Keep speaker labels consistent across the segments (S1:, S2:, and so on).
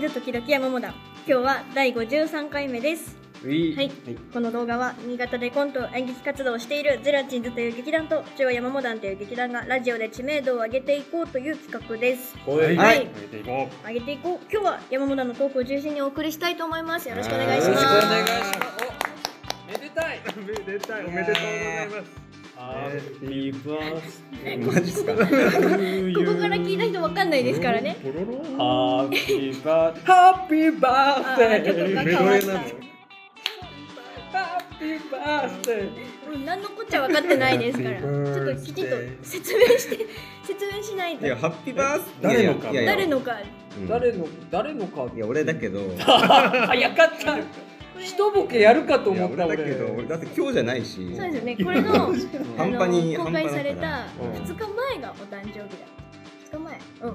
S1: る時々山モダン今日は第53回目です
S2: うい
S1: はい、この動画は新潟でコント演劇活動をしているゼラチンズという劇団と中央山モダンという劇団がラジオで知名度を上げていこうという企画です
S2: はい
S1: はい
S2: 上げていこ
S1: 上げていこう今日は山モダンのトークを中心にお送りしたいと思います
S2: う
S1: よろしくお願いします
S2: よろしくお願いしますおめでたい
S3: めでたいおめでとうございます。
S2: Happy birthday
S1: マジっすか ここから聞いた人わかんないですからね
S3: ポロロ。
S2: Happy birthday Happy
S1: あー曲
S2: birthday
S1: が
S3: メ
S1: 変
S3: ド
S1: わっ
S3: レーなのよ
S1: た
S2: Happy birthday
S1: うん何のこっちゃ分かってないですからち
S3: Happy birthday
S1: ょっときちんと説明して説明しない
S4: い
S1: と
S4: や、ハッピーバース
S3: 誰のか
S4: いやいや
S1: 誰のか
S4: うん
S2: 誰の誰のか
S4: いや、俺だけど。
S2: 早かった一ボケやるかと
S4: いや
S2: 思った
S4: 俺だ
S2: 俺
S4: けど、俺だって今日じゃないし。
S1: そうですよねこれの
S2: うん
S1: あ
S4: 半
S1: の
S4: 端に
S1: 公開された
S4: 半端
S1: 2
S4: だ
S1: 日前がお誕生日だ2日前う
S4: うん
S2: あ
S4: ん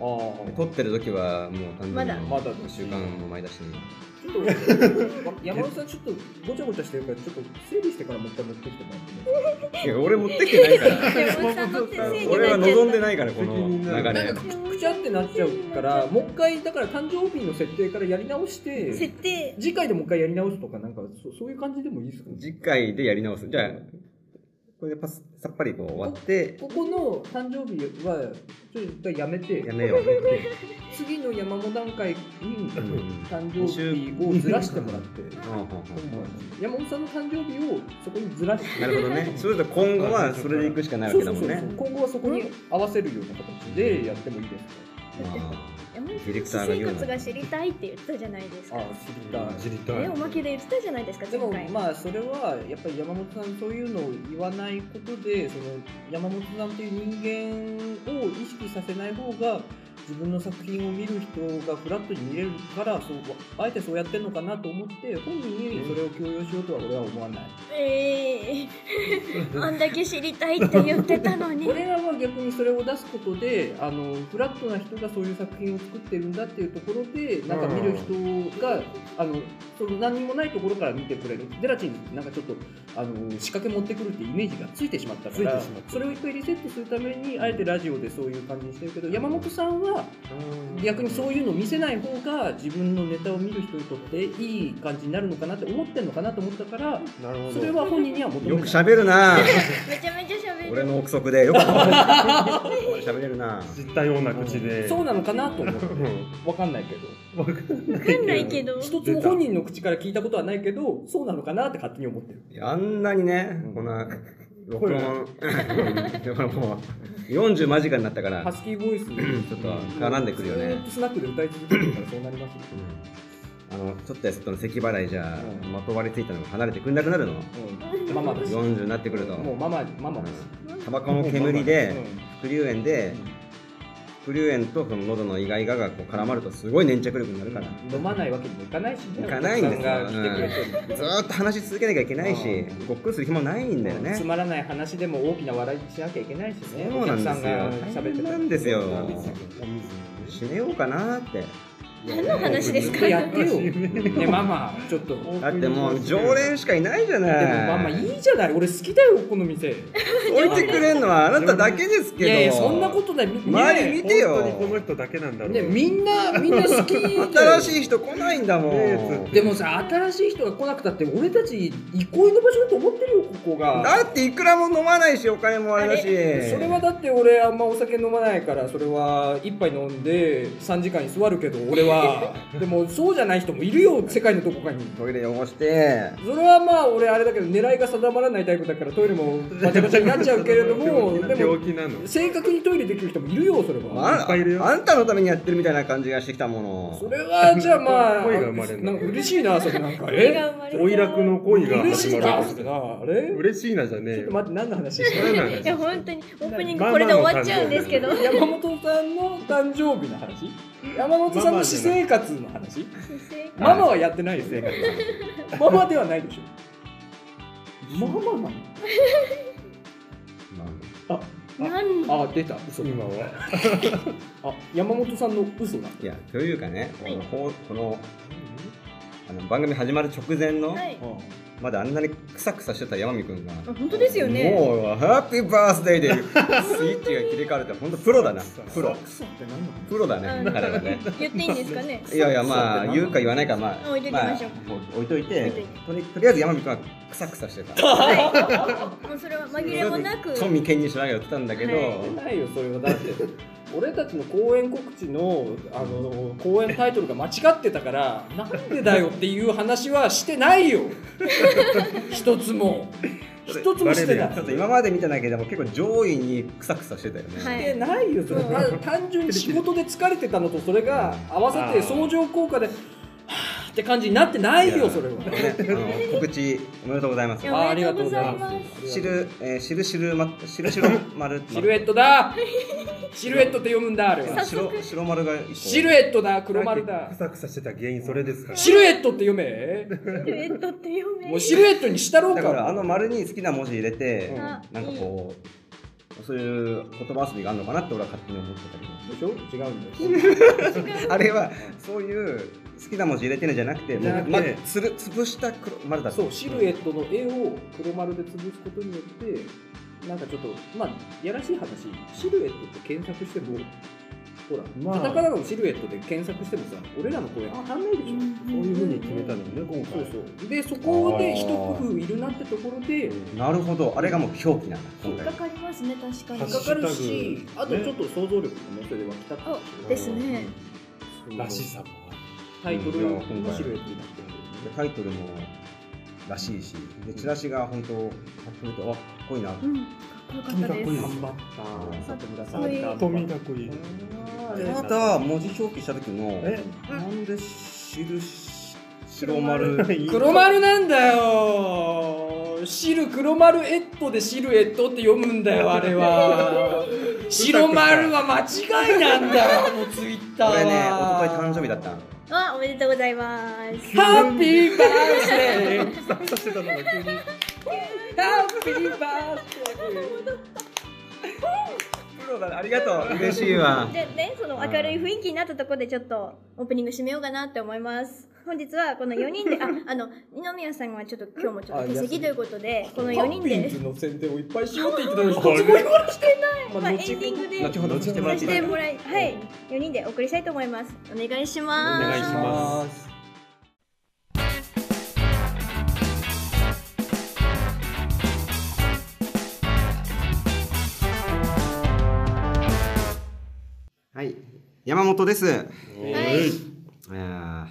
S2: ー
S4: 撮ってる時はもう誕生日
S1: まだ
S2: まだ
S4: 1週間も前だし。
S3: ち ょっと山本さんちょっとごちゃごちゃしてるからちょっと整理してからもう一回持ってきてもらって
S4: いや、俺持ってきてない から。
S1: 山本さんの手製になっちゃった
S4: 俺は望んでないから、この
S3: 責任
S4: 流
S3: なの
S2: な
S4: れ
S2: んか。くちゃってなっちゃうからもう一回だから誕生日の設定からやり直して
S1: 設定
S3: 次回でもう一回やり直すとかなんかそそういう感じでもいいですか、ね。
S4: 次回でやり直す。じゃあ、これでパス、さっぱりこう終わって、
S3: ここの誕生日はちょっと一回やめて
S4: やめよう。
S3: 次の山本段階に
S4: ん
S3: 誕生日をずらしてもらって。
S4: うんうんうん
S3: 山本さんの誕生日をそこにずらして
S4: なるほどね。そうすると今後はそれでいくしかないわ
S3: そう
S4: け
S3: そ
S4: だ
S3: う
S4: もん
S3: そう
S4: ね。
S3: 今後はそこに合わせるような形でやってもいいです
S4: あ
S1: 山
S4: ディレ
S1: 本
S4: クタ
S1: さん
S4: ーが
S1: 私生
S4: 言うな
S1: 活が知りたいって言ったじゃないです
S3: か、
S1: か
S3: ああ知りたい、
S2: り
S1: ね
S2: た
S1: おまけで言ってたじゃないですか
S3: でも
S1: 前回
S3: まあそれはやっぱり山本さんそういうのを言わないことでその山本さんという人間を意識させない方が自分の作品を見る人がフラットに見れるからそうあえてそうやってるのかなと思って本人にそれを強要しようとは俺は思わない、
S1: えー あんだけ知りたいって言ってたのに
S3: 俺らは逆にそれを出すことであのフラットな人がそういう作品を作ってるんだっていうところでなんか見る人が、あのその何にもないところから見てくれるゼラチンなんかちょっとあの仕掛け持ってくるってイメージがついてしまったから
S2: ついてしまった
S3: それを一回リセットするためにあえてラジオでそういう感じにしてるけど山本さんは逆にそういうのを見せない方が自分のネタを見る人にとっていい感じになるのかなって思ってるのかなと思ったから
S2: なるほ
S3: それは本人には求めな
S4: よ
S3: い
S4: く喋るな
S1: めちゃめちゃ喋
S4: 俺
S1: る
S4: の憶測でよく喋れるな
S5: 知ったような口で、
S3: そうなのかなと思って
S5: うん
S3: わかんないけど。
S1: わかんないけど
S3: 一つも本人の口から聞いたことはないけどそうなのかなって勝手に思ってる
S4: いやあんなにね
S3: うん
S4: こんな録音でももう40間近になったから
S3: ハスキーボイスちょ
S4: っと絡んでくるよね
S3: ずーっとスナックで歌い続けてるからそうなりますよ
S4: うんあのちょっとやそっとの咳払いじゃ
S3: うん
S4: まとわりついたのが離れてくんなくなるの
S3: うんママだし
S4: 40になってくると
S3: もうママママだし
S4: タバコの煙で副流炎
S3: うん
S4: で副流炎とその喉のイガイガがこう絡まるとすごい粘着力になるから
S3: 飲まないわけにもいかないしね
S4: いかないんですよ
S3: お客さんが来てくれてる
S4: ずーっと話し続けなきゃいけないし
S3: う
S4: ごっくりする暇もないんだよ
S3: つ
S4: ね
S3: まらない話でも大きな笑いしなきゃいけないしね
S4: そうなんですよ
S3: お客さんが喋ってたり
S4: 大変なんですよ
S2: 水
S4: 死ねようかなーって
S1: 何の話です
S3: ずっ
S1: か
S3: とやってよねママちょっとでも
S4: だってもう常連しかいないじゃない
S3: ママいいじゃない俺好きだよこの店
S4: 置いてくれんのはあなただけですけど。
S3: いやいやそんなことないみ
S4: 周り見てよ
S5: 本当にこの人だけなんだろう、
S3: ね、みんな、みんな好きだよ
S4: 新しい人来ないんだもん。
S5: ね
S3: でもさ、新しい人が来なくたって、俺たち憩いの場所だと思ってるよ、ここが。
S4: だっていくらも飲まないしお金もあれだし。
S3: それはだって俺あんまお酒飲まないからそれは一杯飲んで3時間に座るけど俺はでもそうじゃない人もいるよ世界のどこかに
S4: トイレ汚して。
S3: それはまあ俺あれだけど狙いが定まらないタイプだからトイレもバチャバチャになっちゃうけれど もでも
S5: 病 気なの
S3: 正確にトイレできる人もいるよそれは
S4: あ
S5: いっぱいいるよ
S4: あんたのためにやってるみたいな感じがしてきたもの。
S3: それはじゃあまあ
S5: 恋が生まれる
S3: なんか嬉しいなそれなんか
S1: 恋が
S3: え
S1: 生まれた
S5: おいらくの恋が
S3: 嬉し
S5: 始
S3: い
S5: ま
S3: な
S5: る
S3: それなあれ
S5: 嬉しいなじゃねえ
S3: ちょ っ
S5: よ
S3: と待って何の話して
S5: 何
S3: る
S5: の話
S1: いや本当にオープニングこれで終わっちゃうんですけど
S3: の山本さんの誕生日の話山本さんの私生活の話ママはやってないですねママではないでしょママなの
S4: ま
S3: あ
S1: 何の
S3: あ出た嘘だ
S5: 今は
S3: あ山本さんの嘘だ
S4: あいやというかね、
S1: はい
S4: このこのあの番組始まる直前の、
S1: はい
S3: うん
S4: まだあんなにククサクサしてた山見君が。
S1: 本当ですよね
S4: もうハッピーバースデーでスイッチが切り替わるって本当プロだなプロ
S3: クソって何なの
S4: プロだね
S1: うん
S4: 彼は ね
S1: 言っていいんですかね
S4: いやいやまあ言うか言わないかまあ
S1: 置いときましょう
S4: まあ置いとい
S1: 置い
S4: て
S1: とい
S4: とりとりあえず山見君はクサクサしてた
S1: はいもうそれは紛れもなく
S4: トミケンにしながら言ってたんだけど、
S1: は
S3: ないよそれはだって 俺たちの公演告知のあの公演タイトルが間違ってたからなんでだよっていう話はしてないよ一つも一つもしてない
S4: ちょっと今まで見てないけども結構上位にクサクサしてたよね、
S1: はい
S3: してないよそ
S1: う
S3: れ
S1: ん
S3: た単純に仕事で疲れてたのとそれが合わさって相乗効果ではぁって感じになってないよそれは
S4: ねあの告知おめでとうございます
S1: いやおめでとうございま
S3: あ
S1: す
S3: りがとうございます
S4: しる、えー、しるしるま、しるしろ丸
S3: シルエットだ シルエットって読むんだあれ
S4: ま
S3: は
S4: 白白丸が一個
S3: シルエットだ黒丸だ
S2: くさくさしてた原因それですから。
S3: シルエットって読め
S1: シルエットって読め
S3: もうシルエットにしたろう
S4: だ
S3: か
S4: からあの丸に好きな文字入れて、
S3: うん
S1: あ
S4: なんかこうそういう言葉遊びがあるのかなって俺は勝手に思ってたけ
S3: でしょ違 うんだよ。
S4: どあれはそういう好きな文字入れてるんじゃなくても
S2: じゃな
S4: う、
S2: くて
S4: ま、つる潰した黒丸だった
S3: そう、シルエットの絵を黒丸で潰すことによって、なんかちょっと、まあ、やらしい話、シルエットって検索しても、ほら、
S2: まあ
S3: カタカナのシルエットで検索してもさ、俺らの声当たんないでしょ。
S2: そういう風に決めたのね今
S3: そう
S2: 回。
S3: そう。で、そこで一工夫いるなってところで、
S4: なるほどあれがもう表記なんだ今
S1: 引っか
S4: 回
S1: かりますね確かに
S2: そう
S3: 引っかかるし、
S2: ハ
S3: あ
S2: ッシュタグ
S3: と
S2: ね
S3: ちょっと想像力もね、それはきたかもしれない
S1: ですね
S3: そう
S2: らしさもある。
S3: タイトルの
S4: うんいや今回
S3: シルエットになってるんだよね。
S4: タイトルもらしいしでチラシが本当かっこよくてあかっこいいな
S1: うんかっこよかったです
S2: かっこいい
S3: 頑張った。
S4: かっ
S3: 里村さ
S1: かっこいい
S3: んが。
S2: 富かっこいい。
S3: あー
S4: ただ文字表記した時の
S2: え
S4: なんで印白丸
S3: 黒丸なんだよ汁黒丸エットでシルエットって読むんだよあ れは白丸は間違いなんだよもうツイッターは
S4: 俺ね一昨日誕生日だったの
S1: あおめでとうございます
S3: ハッピ ーバースデー
S2: さくさしてたのが急に。
S3: ハッピーバースデー
S4: プロだねありがとう嬉しいわ
S1: でね、その明るい雰囲気になったところでちょっとオープニング締めようかなって思います。本日はこの4人で、 あ、あの、二宮さんはちょっと今日もちょっと欠席ということで、この4人
S3: ハッ
S1: で
S3: ピーズの宣伝をいっぱいしようって言ってたのに
S2: あれ
S3: 一つも言わな
S1: まあ、エンディングで
S4: 後
S1: さ
S4: ほどしてもらって
S1: せ
S4: いい
S1: て
S4: かな
S1: もらい、はい、4人でお送りしたいと思います。お願いします。
S2: お願いします
S3: す
S4: はい山本です
S1: はい
S4: あ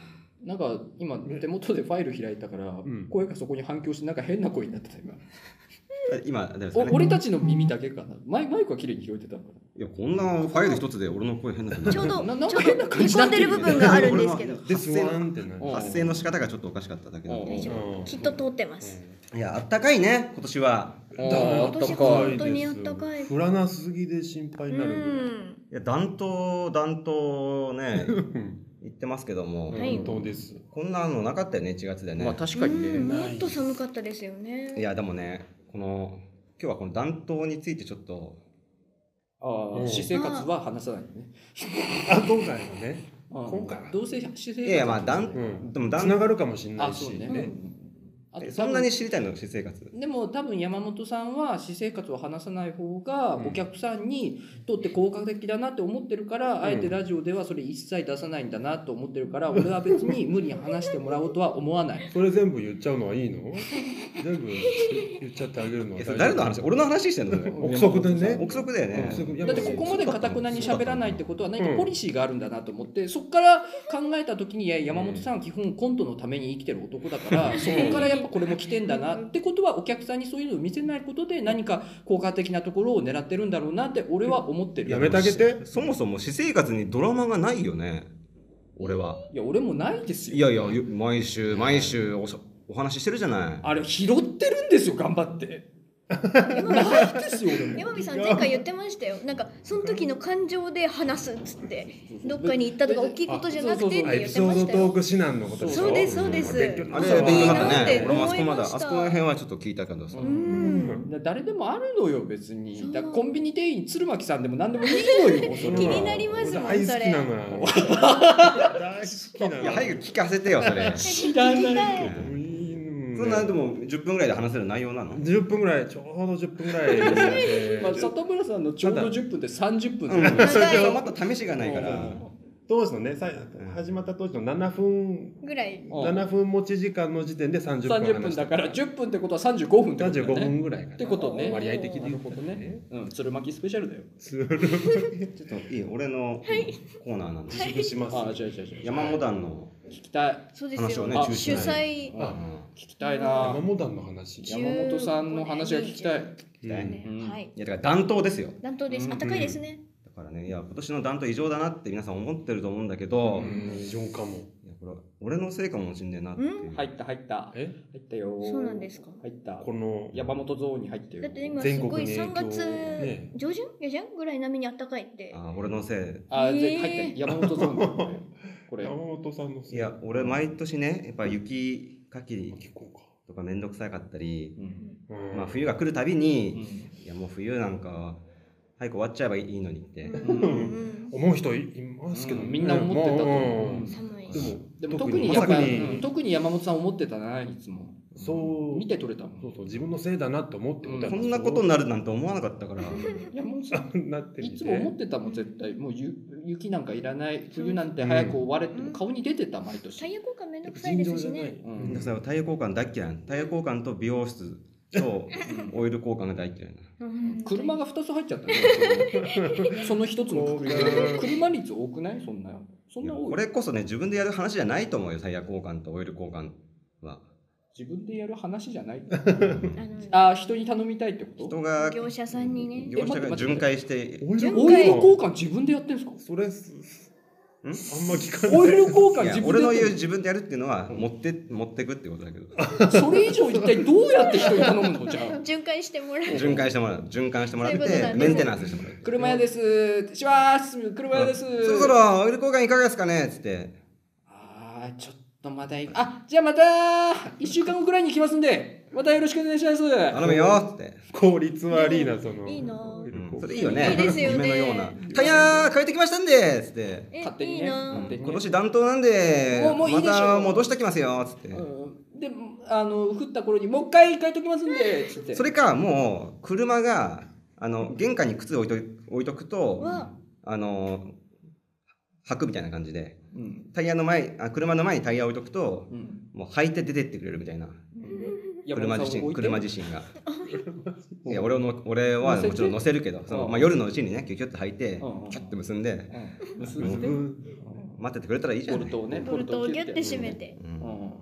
S3: なんか今手元でファイル開いたから
S2: ん
S3: 声がそこに反響してなんか変な声になってた今
S4: ー今誰です
S3: お
S4: かね
S3: 俺たちの耳だけかなマイマイクは綺麗に拾えてたのかない
S4: やこんなファイル一つで俺の声変な
S1: ちょうど、
S3: ななん
S1: ち
S3: か
S1: ょう
S3: 変な
S1: ど
S3: 感
S1: 煮
S3: じに
S1: 込
S3: なっ
S1: ん
S3: て
S1: で
S3: る
S1: る部分があるんですけど、
S2: ですわんってな
S3: お
S4: 発声の仕方がちょっとおかしかっただけ
S3: うん
S4: で
S1: きっと通ってます。
S4: いやあったかいね今年は
S3: あ
S1: 今年本当にあったかい。
S2: 降らなすぎで心
S1: う
S2: 配になるぐら
S1: ん。
S2: い。
S4: いや暖冬暖冬ね
S2: うん
S4: 言ってますけども、
S1: はい
S2: 本当です。
S4: こんなのなかったよね1月でね、
S3: まあ確か
S1: う
S3: に
S1: ん
S3: ね。
S1: もっと寒かったですよね。
S4: いやでもねこの今日はこの暖冬についてちょっと
S3: あ
S2: う
S3: あ、
S2: ん
S3: 私生活は話さないよね。
S2: あ今回はね。
S3: ああ
S2: 今回は
S3: どうせ私生活
S4: いやいやまあ暖
S2: うん。
S4: でも
S2: つな
S4: 暖
S2: がるかもしれな
S3: あ、
S2: い
S3: そ
S2: し
S3: うね。
S2: ね。
S3: あと
S4: えそんなに知りたいの私生活
S3: でも多分山本さんは私生活を話さない方が
S2: うん
S3: お客さんにとって効果的だなって思ってるから、あえてラジオではそれ一切出さないんだなと思ってるから俺は別に無理に話してもらおうとは思わない
S2: それ全部言っちゃうのはいいの？ 全部言っちゃってあげるのは
S4: え
S2: 大
S4: そ
S2: 丈夫
S4: れ誰の話俺の話してんのそれ
S2: 憶測でね
S4: 憶測だよね
S2: 憶測
S3: だってここまでかたくなに喋らないってことは何
S2: う
S3: か
S2: ん
S3: ポリシーがあるんだなと思ってそこから考えた時にいや山本さんは基本コントのために生きてる男だからそこからやっぱこれも来てんだなってことはお客さんにそういうのを見せないことで何か効果的なところを狙ってるんだろうなって俺は思ってる
S2: やめてあげて。
S4: そもそも私生活にドラマがないよね俺はい
S3: や俺もないですよ
S4: いやいやゆ毎週毎週おしお話ししてるじゃない
S3: あれ拾ってるんですよ頑張ってないですよ俺も
S1: 山美さん前回言ってましたよなんかその時の感情で話すっつってどっかに行ったとか大きいことじゃなくてって
S3: あ
S2: あ
S1: 言
S2: エピ
S1: って
S2: ソ
S1: ま
S2: ード
S1: した
S2: トー
S1: よ
S2: ク指南のことでしょ
S1: そうですそうです
S2: ん
S4: あ
S2: 朝
S4: れ
S2: は
S4: 勉強になった
S1: なんて
S4: ね
S1: 思い
S4: 俺もあそこまだ
S1: ま
S4: あ
S1: した
S4: そこら辺はちょっと聞いたけどさ、
S3: う
S1: うん
S3: だ誰でもあるのよ別
S1: そう
S3: にだからコンビニ店員鶴巻さんでも何でもいいのよそれは
S1: 気になりますもん
S2: 大好きなのよ。 大好きなのよ。
S4: いや早く聞かせてよそれ
S3: 知らない
S1: 聞きたい
S2: うんうん
S4: そんなでも10分ぐらいで話せる内容なの
S2: 10分ぐらいちょうど10分ぐらいですねえ
S3: まあ、
S2: ー
S3: 里村さんのちょうど10分って30分
S4: うん、
S1: 長い
S4: それはまた試しがないから
S2: 当時のねさい始まった当時の7分
S1: ぐらい
S3: うん
S2: 7分持ち時間の時点で30分
S3: 30分だから10分ってことは35分ってこと
S2: 75
S3: だね
S2: 分ぐらいかな
S3: ってことね
S2: 割合的に
S3: なるほどねうん鶴巻スペシャルだよ
S2: す
S4: ちょっといい俺のコーナーなんで
S2: 自粛します
S3: ああじゃあじゃあじゃ
S4: 山モダンの
S3: あ聞きたい
S1: そうですよ、
S4: 話をね
S1: あ
S4: 中
S1: 主
S4: 心に
S1: 催
S2: あ
S3: 聞きたいな
S2: 山モダンの話
S1: 中
S3: 山本さんの話が聞きたい
S4: うん
S1: だ
S4: い
S1: ね、
S3: うん
S1: はい
S4: やだから暖冬ですよ
S1: 暖冬です
S3: うん
S1: 暖かいですね、
S4: だからねいや今年の暖冬異常だなって皆さん思ってると思うんだけ
S2: う
S4: ど、い
S2: ん異常かも
S4: やこれ俺のせいかもしんねえなっていう、
S3: 入った入った入
S2: え
S3: ったよ
S1: そうなんですか
S3: 入った
S2: この
S3: 山本ゾーンに入ったよ
S1: だって今すごい3月
S2: ね
S1: 上旬いやじゃんぐらい並みに暖かいって
S4: あ俺のせ
S3: あ
S1: えー
S3: ぜ入った山本ゾーンこれ
S2: 山本さんの
S4: いいや俺毎年ねやっぱ雪かき
S2: 聞こう
S4: とかめんどくさかったり、
S3: うん
S2: かうん
S4: まあ、冬が来るたびに、
S3: う
S4: いやもう冬なんか早く終わっちゃえばいいのにって、
S1: うんうん
S2: 思う人いますけど
S3: うんみんな思ってたと思
S2: ね
S3: う
S2: まあん
S1: 寒い
S4: でも
S3: でも
S2: 特
S3: 特
S2: に
S3: にやっぱ
S2: まさに
S3: うん特に山本さん思ってたないつも
S2: そう
S3: 見て取れたも
S2: そうんそう自分のせいだなって思って
S3: うん
S4: こんなことになるなんて思わなかったから
S3: 山本さん
S2: なってみて
S3: いつも思ってたもん絶対もうゆ雪なんかいらない冬なんて早く終われってもう顔に出てた毎
S1: タ
S3: 年
S1: イヤ交換めんどくさいですしね
S3: う
S2: うん
S3: ん
S4: さタイヤ交換大っ嫌いなタイヤ交換と美容室 とオイル交換が大っ嫌いな
S1: うん
S3: 車が2つ入っちゃったねその1つのくくり
S2: そう
S3: で
S2: か
S3: 車率多くないそんなそんな多
S4: こ
S3: い
S4: れこそね自分でやる話じゃないと思うよタイヤ交換とオイル交換は
S3: 自分でやる話じゃない
S1: あの
S3: あー人に頼みたいってこと
S4: 人が
S1: 業者さんにね
S4: 業者が巡回して
S2: オイル
S1: 巡
S3: オ
S2: 交
S3: イ
S1: 回
S3: ル
S2: 換
S3: 交換自分でやってんすか
S2: それすあんま聞かない
S3: オイル交換
S4: いや
S3: 自分
S4: 俺
S3: で
S4: の
S3: や
S4: 言う
S3: ってん
S4: 自分でやるっていうのは持って持ってくってことだけど
S3: すそれ以上一体どうやって人に頼むのじゃあ
S1: 巡回してもらう
S4: 巡回してもらう循環してもらっ
S1: そういうこと
S4: て
S1: だね
S4: メンテナンスしてもらう
S3: 車屋ですします車屋です
S4: そろそろオイル交換いかがですかねっつって
S3: あーちょっとまだいあじゃあまた1週間後くらいに来ますんでまたよろしくお願いします
S4: 頼むよっつって、
S2: 効率悪いなその
S1: いいな
S2: オイル
S4: うん
S2: 交換
S4: それいいよね
S1: いいですよね
S4: 夢のようなタイヤ変えてきましたんでっつって
S1: え
S3: 勝手にね
S1: いいな
S3: うん
S4: 今年暖冬なんで
S3: もうもういい
S4: ま
S3: でしょう
S4: た戻してきますよっつって、
S3: うんであの降った頃にもう一回書いときますんでつって
S4: それかもう車があの玄関に靴置いと置いとくと
S1: わ
S4: あの履くみたいな感じで
S3: うん
S4: タイヤの前あ車の前にタイヤ置いとくと
S3: うん
S4: もう履いて出てってくれるみたいな車自身車自身がいや俺をの俺は
S3: 乗せて
S4: もちろん乗せるけどその、
S3: うん
S4: まあ、夜のうちにねキュキュッと履いて
S3: うん
S4: キュッて結んで
S3: うん結
S2: うん
S3: で
S2: ん
S4: 待っててくれたらいいじゃ
S3: ボ
S4: ん、う
S3: ル
S4: ん
S3: トをね
S1: ボルトをギュッて
S3: し
S1: 締めて
S4: い
S3: うん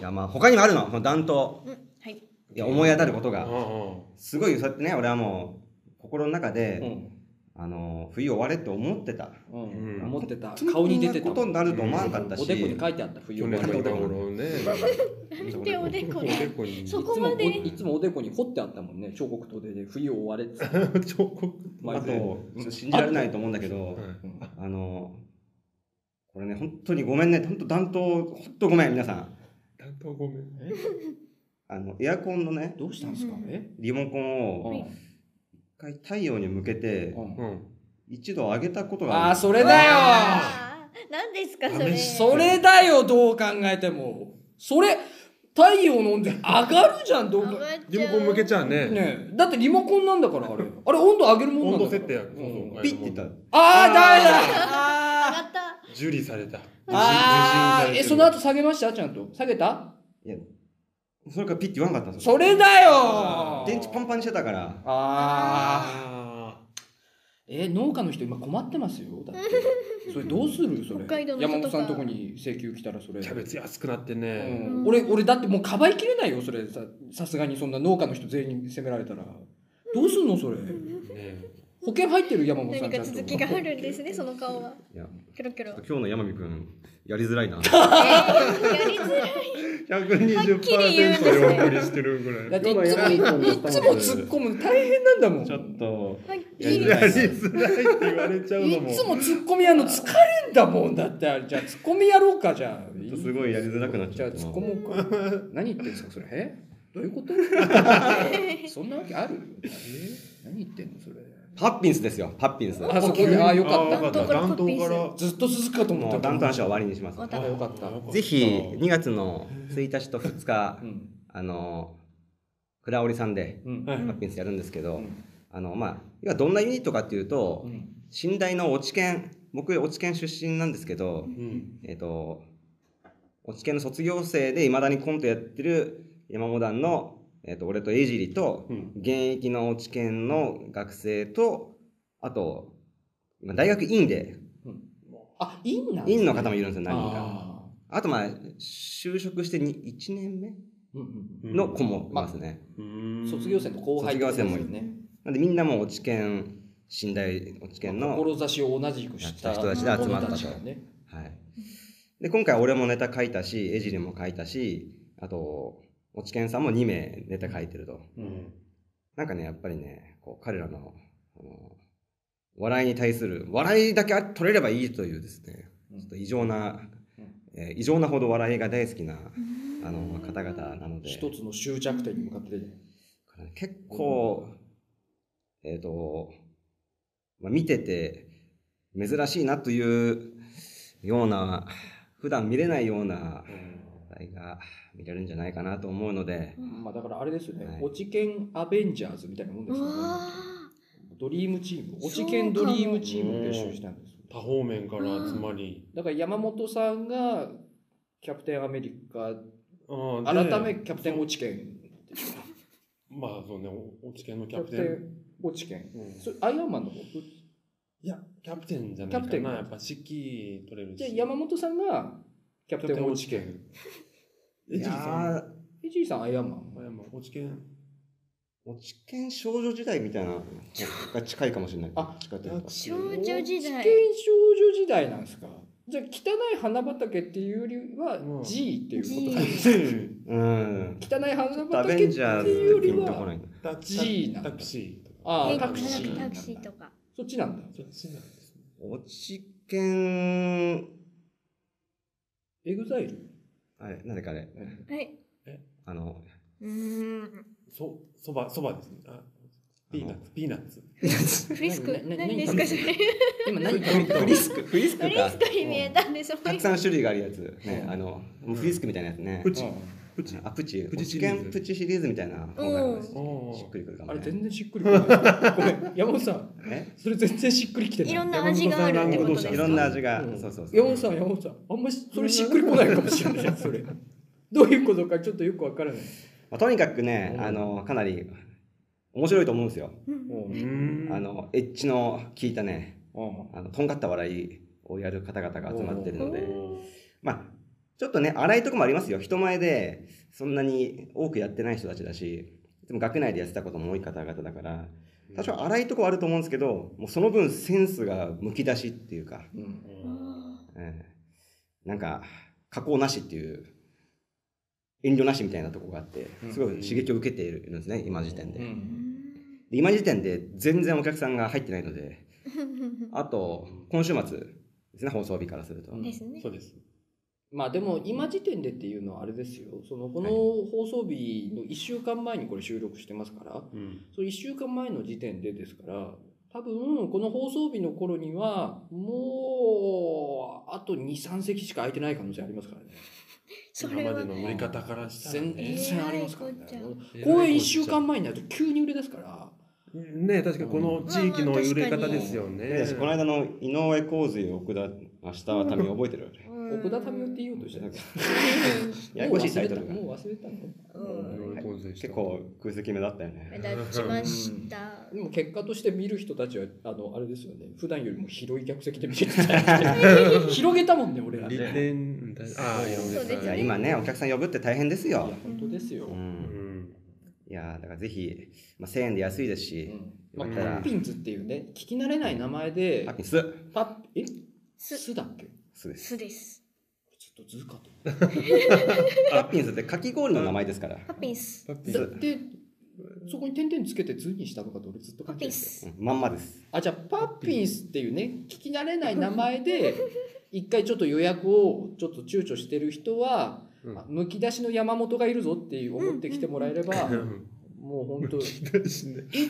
S4: やまあ他にもあるのこの暖冬
S1: うんはい
S4: いや思い当たることが
S2: あ
S4: すごいそうやってね俺はもう心の中で、
S3: うん
S4: あの冬終われって思ってた
S3: うん
S2: うん
S3: 思ってた顔に出て
S4: こ
S3: た
S4: んなことになると思わなかったし、
S3: おでこに書いてあった冬
S2: 去年
S3: 終わ
S2: の
S3: り
S2: 今
S3: はい
S2: 頃ね
S1: なんでおでこが
S2: おでこに
S1: そ
S3: つも
S1: こまで
S3: おいつもおでこに掘ってあったもんね彫刻刀で冬終われって
S2: 彫刻
S4: あと信じられないと思うんだけど
S3: うん
S4: あのこれね本当にごめんね本当暖冬本当ごめん皆さん
S2: 担当ごめん
S3: え
S4: あのエアコンのね
S3: どうしたんですかえ
S4: リモコンを
S3: う
S4: 一
S3: ん
S4: 回太陽に向けて
S3: うん
S2: うん
S4: 一度上げたことが
S3: あ
S4: あ
S3: あ
S4: る
S3: それだよ
S1: あー何ですかそれ
S3: それだよどう考えてもそれ太陽の温度上がるじゃんどう
S1: 上
S3: 考
S1: がっちゃう
S2: リモコン向けちゃうね
S3: ねえだってリモコンなんだからあれあれ温度上げるもんなんだ
S2: 温度
S3: から
S2: 設定や
S3: うん
S2: そうそう
S4: ピッていったら
S3: ああダメだ
S1: 上
S3: あー
S1: がった
S2: 受理された受信受信されて
S3: あーえ
S2: る
S3: その後下げましたちゃんと下げた
S4: いやそれからピッて言わなかったんですよ
S3: それだよ
S4: 電池パンパンにしてたから
S3: ああ
S2: あ
S3: え農家の人今困ってますよだってそれどうするそれ
S1: 北海道の人とか
S3: 山本さんのとこに請求来たらそれ
S2: ーキャベツ安くなって
S3: う
S2: ね
S3: ん俺俺だってもうかばいきれないよそれささすがにそんな農家の人全員責められたらどうすんのそれ
S2: ね
S3: 保険入ってる山本さ
S1: 何
S3: んちゃ
S1: か
S3: んと
S1: 続きがあるんですねその顔はい
S4: や
S1: キョロキョロ
S4: 今日の山見くんやりづらいな
S1: えーやりづらいはっきり言うんですね
S2: 120%でお送りしてるぐらい
S3: だっていつもいつも突っ込むの大変なんだもんい
S4: ちょっと
S1: はっき
S4: や
S1: り
S4: り
S1: 言
S4: づ
S1: う
S4: らいな
S2: づらいって言われちゃうのも
S3: つも突っ込みやるの疲れんだもんだってあれじゃあ突っ込みやろうかじゃあ
S4: すごいやりづらくなっ
S3: じ
S4: ち
S3: ゃ
S4: ゃ
S3: あ
S4: った
S3: 突っ
S4: な
S3: 込もうか何言ってんすかそれえどうい うことそんなわけあるえ何言ってんのそれ
S4: パッピンスですよパッピンス
S3: あそこでああよかった
S2: あーよかった
S1: 暖
S2: 暖
S1: 冬
S2: 冬
S1: か
S2: からら
S3: ずっと続くかと思っ
S4: も
S3: た
S4: うダウンタウン話は終わりにします
S1: 終わっ
S3: あよかった
S2: あ
S4: ぜひ2月の1日と2日
S3: うん
S4: あの倉織さんで
S3: うん
S2: はい
S4: ハッピースやるんですけど、
S3: うん
S4: あのまあ要はどんなユニットかっていうと、
S3: うん
S4: 寝台の落ち研僕落ち研出身なんですけど、
S2: うん
S4: えっ、と落ち研の卒業生でいまだにコントやってる山本団の、えー、と俺と江尻と
S2: うん
S4: 現役の落ち研の学生とあと今大学院で
S3: あ、インなんです
S4: 院
S3: ね
S4: の方もいるんですよ何人か
S3: あ
S4: あとまあ就職してに1年目
S3: ーうん
S2: うん
S4: の子もいますね、
S3: うん卒業生の後輩ってことですよ
S4: 卒業
S3: ね。
S4: なんでみんなもう落ち研寝台落ち研の、はい、
S3: 志を同じくした
S4: やった人
S1: たちで集まったと
S3: 者ちがね
S4: で今回俺もネタ書いたし江尻も書いたしあと落ち研さんも2名ネタ書いてると
S2: うん
S4: なんかねやっぱりねこう彼らのあの笑いに対する笑いだけ取れればいいというですね
S3: うん
S4: ちょっと異常な
S3: うん、
S4: えー異常なほど笑いが大好きなあの方々なので
S3: 一つの終着点に向かって、
S4: からね結構、えっ、と、まあ、見てて珍しいなというような、普段見れないような題が見れるんじゃないかなと思うので、
S3: まあだからあれですよね、
S4: はい
S3: 落ち研アベンジャーズみたいなもんですよね。
S1: わ
S3: ドリームチーム、
S1: そうかも
S3: 落ち研ドリームチームを結集したんですよ。
S2: 多方面から集まり、
S3: だから山本さんがキャプテンアメリカ、
S2: ああで
S3: 改めキャプテン落ち研、
S2: まあそうねお落ち研の
S3: キ
S2: キ
S3: ャ
S2: ャプ
S3: プテ
S2: テ
S3: ン
S2: ン
S3: 落ち研。
S2: うん
S3: それアイアンマンの方
S2: いやキャプテンじゃない
S3: キャプ
S2: か
S3: テン
S2: な
S3: か
S2: やっぱ指揮取れるし
S3: じゃあ山本さんがキャ
S2: キ
S3: プ
S2: ャプテ
S3: テン
S2: ン
S3: 落
S2: 落
S3: ち
S2: ち
S3: 研。
S2: 研えじいさん
S4: ー、
S3: エジーさんアイアンマン。
S2: あ山落ち研
S4: 落ち研少女時代みたいなのが近いかもしれない。
S3: あ
S4: 近いというか
S1: 少女時
S3: 落研
S1: 代
S3: 少女時代なんですか。じゃあ汚い花畑っていうよりは
S2: うん
S3: G っていうこと
S2: う
S3: で
S2: ん
S3: すね
S4: うん。
S3: 汚い花
S4: ア
S3: 畑
S4: ベ
S3: っ
S4: ン
S3: て
S4: ジャーズ
S3: いうよ
S4: って
S3: り
S4: ピンとこ
S3: は
S4: ない。
S2: タ
S3: G なんだ
S2: タクシーとか
S3: あー
S1: え
S3: タ
S1: タ
S3: ク
S1: ク
S3: シ
S1: シ
S3: ー
S1: ータクシーとか
S3: そっちなんだ
S2: そっちなんですね
S4: 落ち研、
S3: エグザイル
S4: あれ、なんだっけあれ、
S1: はい
S4: あの、
S1: うーん
S2: そそばそばですねあピーナッツピーナッツ
S1: フリスク
S3: なな
S1: 何ですかそれ
S3: 今何
S4: フリフリスク、フリス
S1: フ
S4: ク
S1: リ
S4: か
S1: ス。クに見えたんでそう
S4: た
S1: い
S4: く
S1: う
S4: さん種類があるやつ、ね
S3: うん
S4: あのフリスクみたいなやつね、
S2: プチ
S4: プチあプチ
S2: プチシ
S4: 試
S2: リーズ
S4: 験プチシリーズみたいな本がありますし
S2: おー
S4: しっくりくるか
S3: あ
S4: も
S3: れ
S4: ね
S3: 全然しっくりこない。ごめん、山本さん、
S4: え
S3: それ全然しっくりきてない。
S1: いろんな味があるってことです
S2: な
S1: か
S4: いろんな味が、
S3: うん
S4: そうそうそう
S3: 山本さん、山本さん、あんまりそれしっくりこないかもしれない、それ。どういうことかちょっとよくわからない。
S4: まあ、とにかくね、
S3: うん
S4: あのかなり面白いと思うんですよ、
S1: うん
S2: うーん
S4: あのエッジの効いたね
S3: うん
S4: あのとんがった笑いをやる方々が集まってるので
S2: おー
S4: まあちょっとね荒いとこもありますよ人前でそんなに多くやってない人たちだしでも学内でやってたことも多い方々だから多少荒いとこはあると思うんですけどもうその分センスがむき出しっていうか、
S3: うん
S4: ええなんか加工なしっていう遠慮なしみたいなとこがあってすごい刺激を受けているんですね、今時点で,
S3: う
S4: で、
S3: ん
S4: 今時点で全然お客さんが入ってないのであと今週末ですね放送日からすると、
S3: うん
S1: ですね
S2: そうです
S3: まあでも今時点でっていうのはあれですよそのこの
S4: はい
S3: 放送日の1週間前にこれ収録してますから
S2: うん
S3: その1週間前の時点でですから多分この放送日の頃にはもうあと23席しか空いてない可能性ありますからね
S1: そ
S2: 今
S1: れ
S2: ま
S1: は
S2: での乗り方からしたら
S3: 全
S2: ね
S3: 然ありますからね
S1: えらいこっちゃ
S3: 公演1週間前になると急に売れ出すから
S2: ね確かこの地域の揺れ方ですよね。
S4: でこの間の井上康生奥田 明日は民覚えてる、
S3: 奥田民生って言おうとした
S4: なん
S3: ら
S4: かや
S3: も
S4: や
S3: う
S4: こしい
S3: 忘
S4: タ
S3: れ
S4: イト
S3: た
S4: ルが
S3: もう忘れたの
S1: うん
S4: 結 構空席目だったよね
S1: 目立ちました
S3: でも結果として見る人たちはあのあれですよね普段よりも広い客席で見てる 広げたもんね俺らね
S2: 利点ああ
S1: そうです
S4: いや
S1: ね
S4: 今ねお客さん呼ぶって大変です
S3: い
S4: よ
S3: や、本当ですよ。
S4: う、
S2: うんん
S4: いやだからぜひ、まあ、1000円で安いですし、
S3: まあ、
S4: うん
S3: パッピンズっていうね、聞き慣れない名前で
S4: パ、ピス
S3: パッ、え
S1: す
S3: スだっけ
S4: スです
S1: すです
S3: ちょっとずかと。
S4: パピンスってかき氷の名前ですから、
S1: パピンス
S2: パピ
S4: ス
S2: ー
S3: だって、そこに点々つけて図にしたのかと俺ずっと
S1: パピ
S3: 書て
S1: ン
S3: る。
S1: ス
S4: うんまんまです
S3: あ、じゃあ、パッピンスっていうね、聞き慣れない名 前で、一回ちょっと予約をちょっと躊躇してる人は、
S2: うん
S3: あむき出しの山本がいるぞっていう思ってきてもらえれば、もう本当い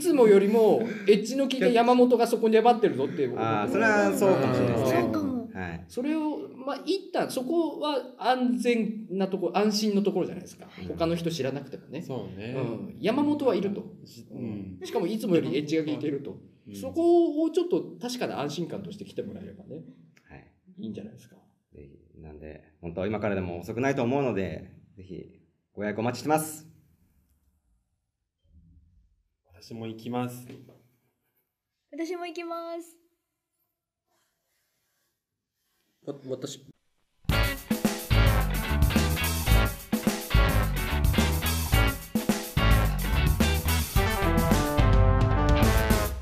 S3: つもよりもエッジの効いた山本がそこに粘ってるぞって思ってもらえれば
S4: ああそれはそうかもしれないです
S1: そう
S4: ね
S1: かも
S4: はい。
S6: それを、まあ、一旦、そこは安全なところ、安心のところじゃないですか
S4: うん。
S6: 他の人知らなくてもね。
S2: そう
S6: う
S2: ね。
S6: ん、山本はいると。
S2: うん。
S6: しかも、いつもよりエッジが効いていると。
S2: うん
S6: そこをちょっと確かな安心感として来てもらえればね、
S4: はい。
S6: いいんじゃないですか。
S4: ぜひ、なんで、本当今からでも遅くないと思うので、ぜひ、ご予約お待ちしてます。
S2: 私も行きます。
S1: 私も行きます。
S3: わ私
S1: は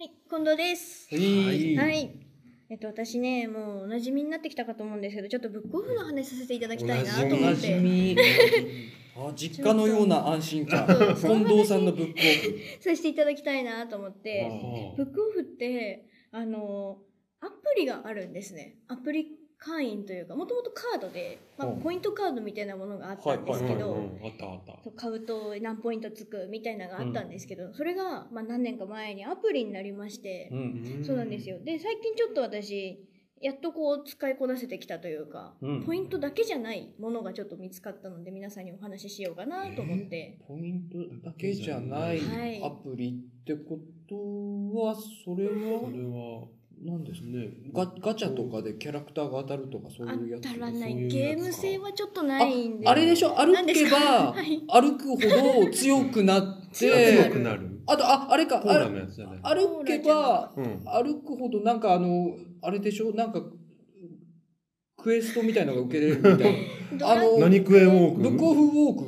S1: い、近藤です。
S2: はい
S1: はい。えっと、私ね、もうお馴染みになってきたかと思うんですけど、ちょっとブックオフの話させていただきたいなと
S2: お
S1: 思
S2: 馴
S1: っ
S2: 染
S1: て。
S3: あ実家のような安心感
S1: ちょっと
S3: 近藤さんのブック
S1: させていただきたいなと思って。
S2: あ
S1: ブックオフって、あの、アプリがあるんですね。アプリ会員というか、もともとカードで、まあ、
S3: うん
S1: ポイントカードみたいなものがあっ
S3: オフは
S1: たん
S3: い
S1: です
S3: は
S1: け
S3: い
S1: ど、
S2: うんうんあったあった。
S1: そう買うと何ポイントつくみたいなのがあったんですけど、それが、まあ、何年か前にアプリになりまして、
S3: うん
S1: そうなんですよ。で、最近ちょっと私、やっとこう使いこなせてきたというか、
S3: うん
S1: ポイントだけじゃないものがちょっと見つかったので、皆さんにお話ししようかなと思って。
S3: ポイントだけじゃない
S1: はい
S3: アプリってことはそれ
S2: こ
S3: は
S2: れは
S3: 何ですか
S2: ね、
S3: ガガチャとかでキャラクターが当たるとかそう
S1: あ
S3: いうや
S1: っ
S3: つ
S1: たらない
S2: そういうやつか
S1: ゲーム性はちょっとないんで。
S3: あれでしょ歩
S1: なんです
S3: け
S1: か
S3: ば
S1: はい
S3: 歩くほど強くなっ
S1: 強
S2: 強
S3: て
S2: くなる。
S3: あとああれか
S2: コーラのやつじゃない。
S3: あ歩けば
S2: うん。
S3: 歩くほどなんかあのあれでしょなんかクエストみたいなのが受けれるみたいな
S1: ドラ
S3: あの
S2: 何食えウォーク
S3: ブックオフウォーク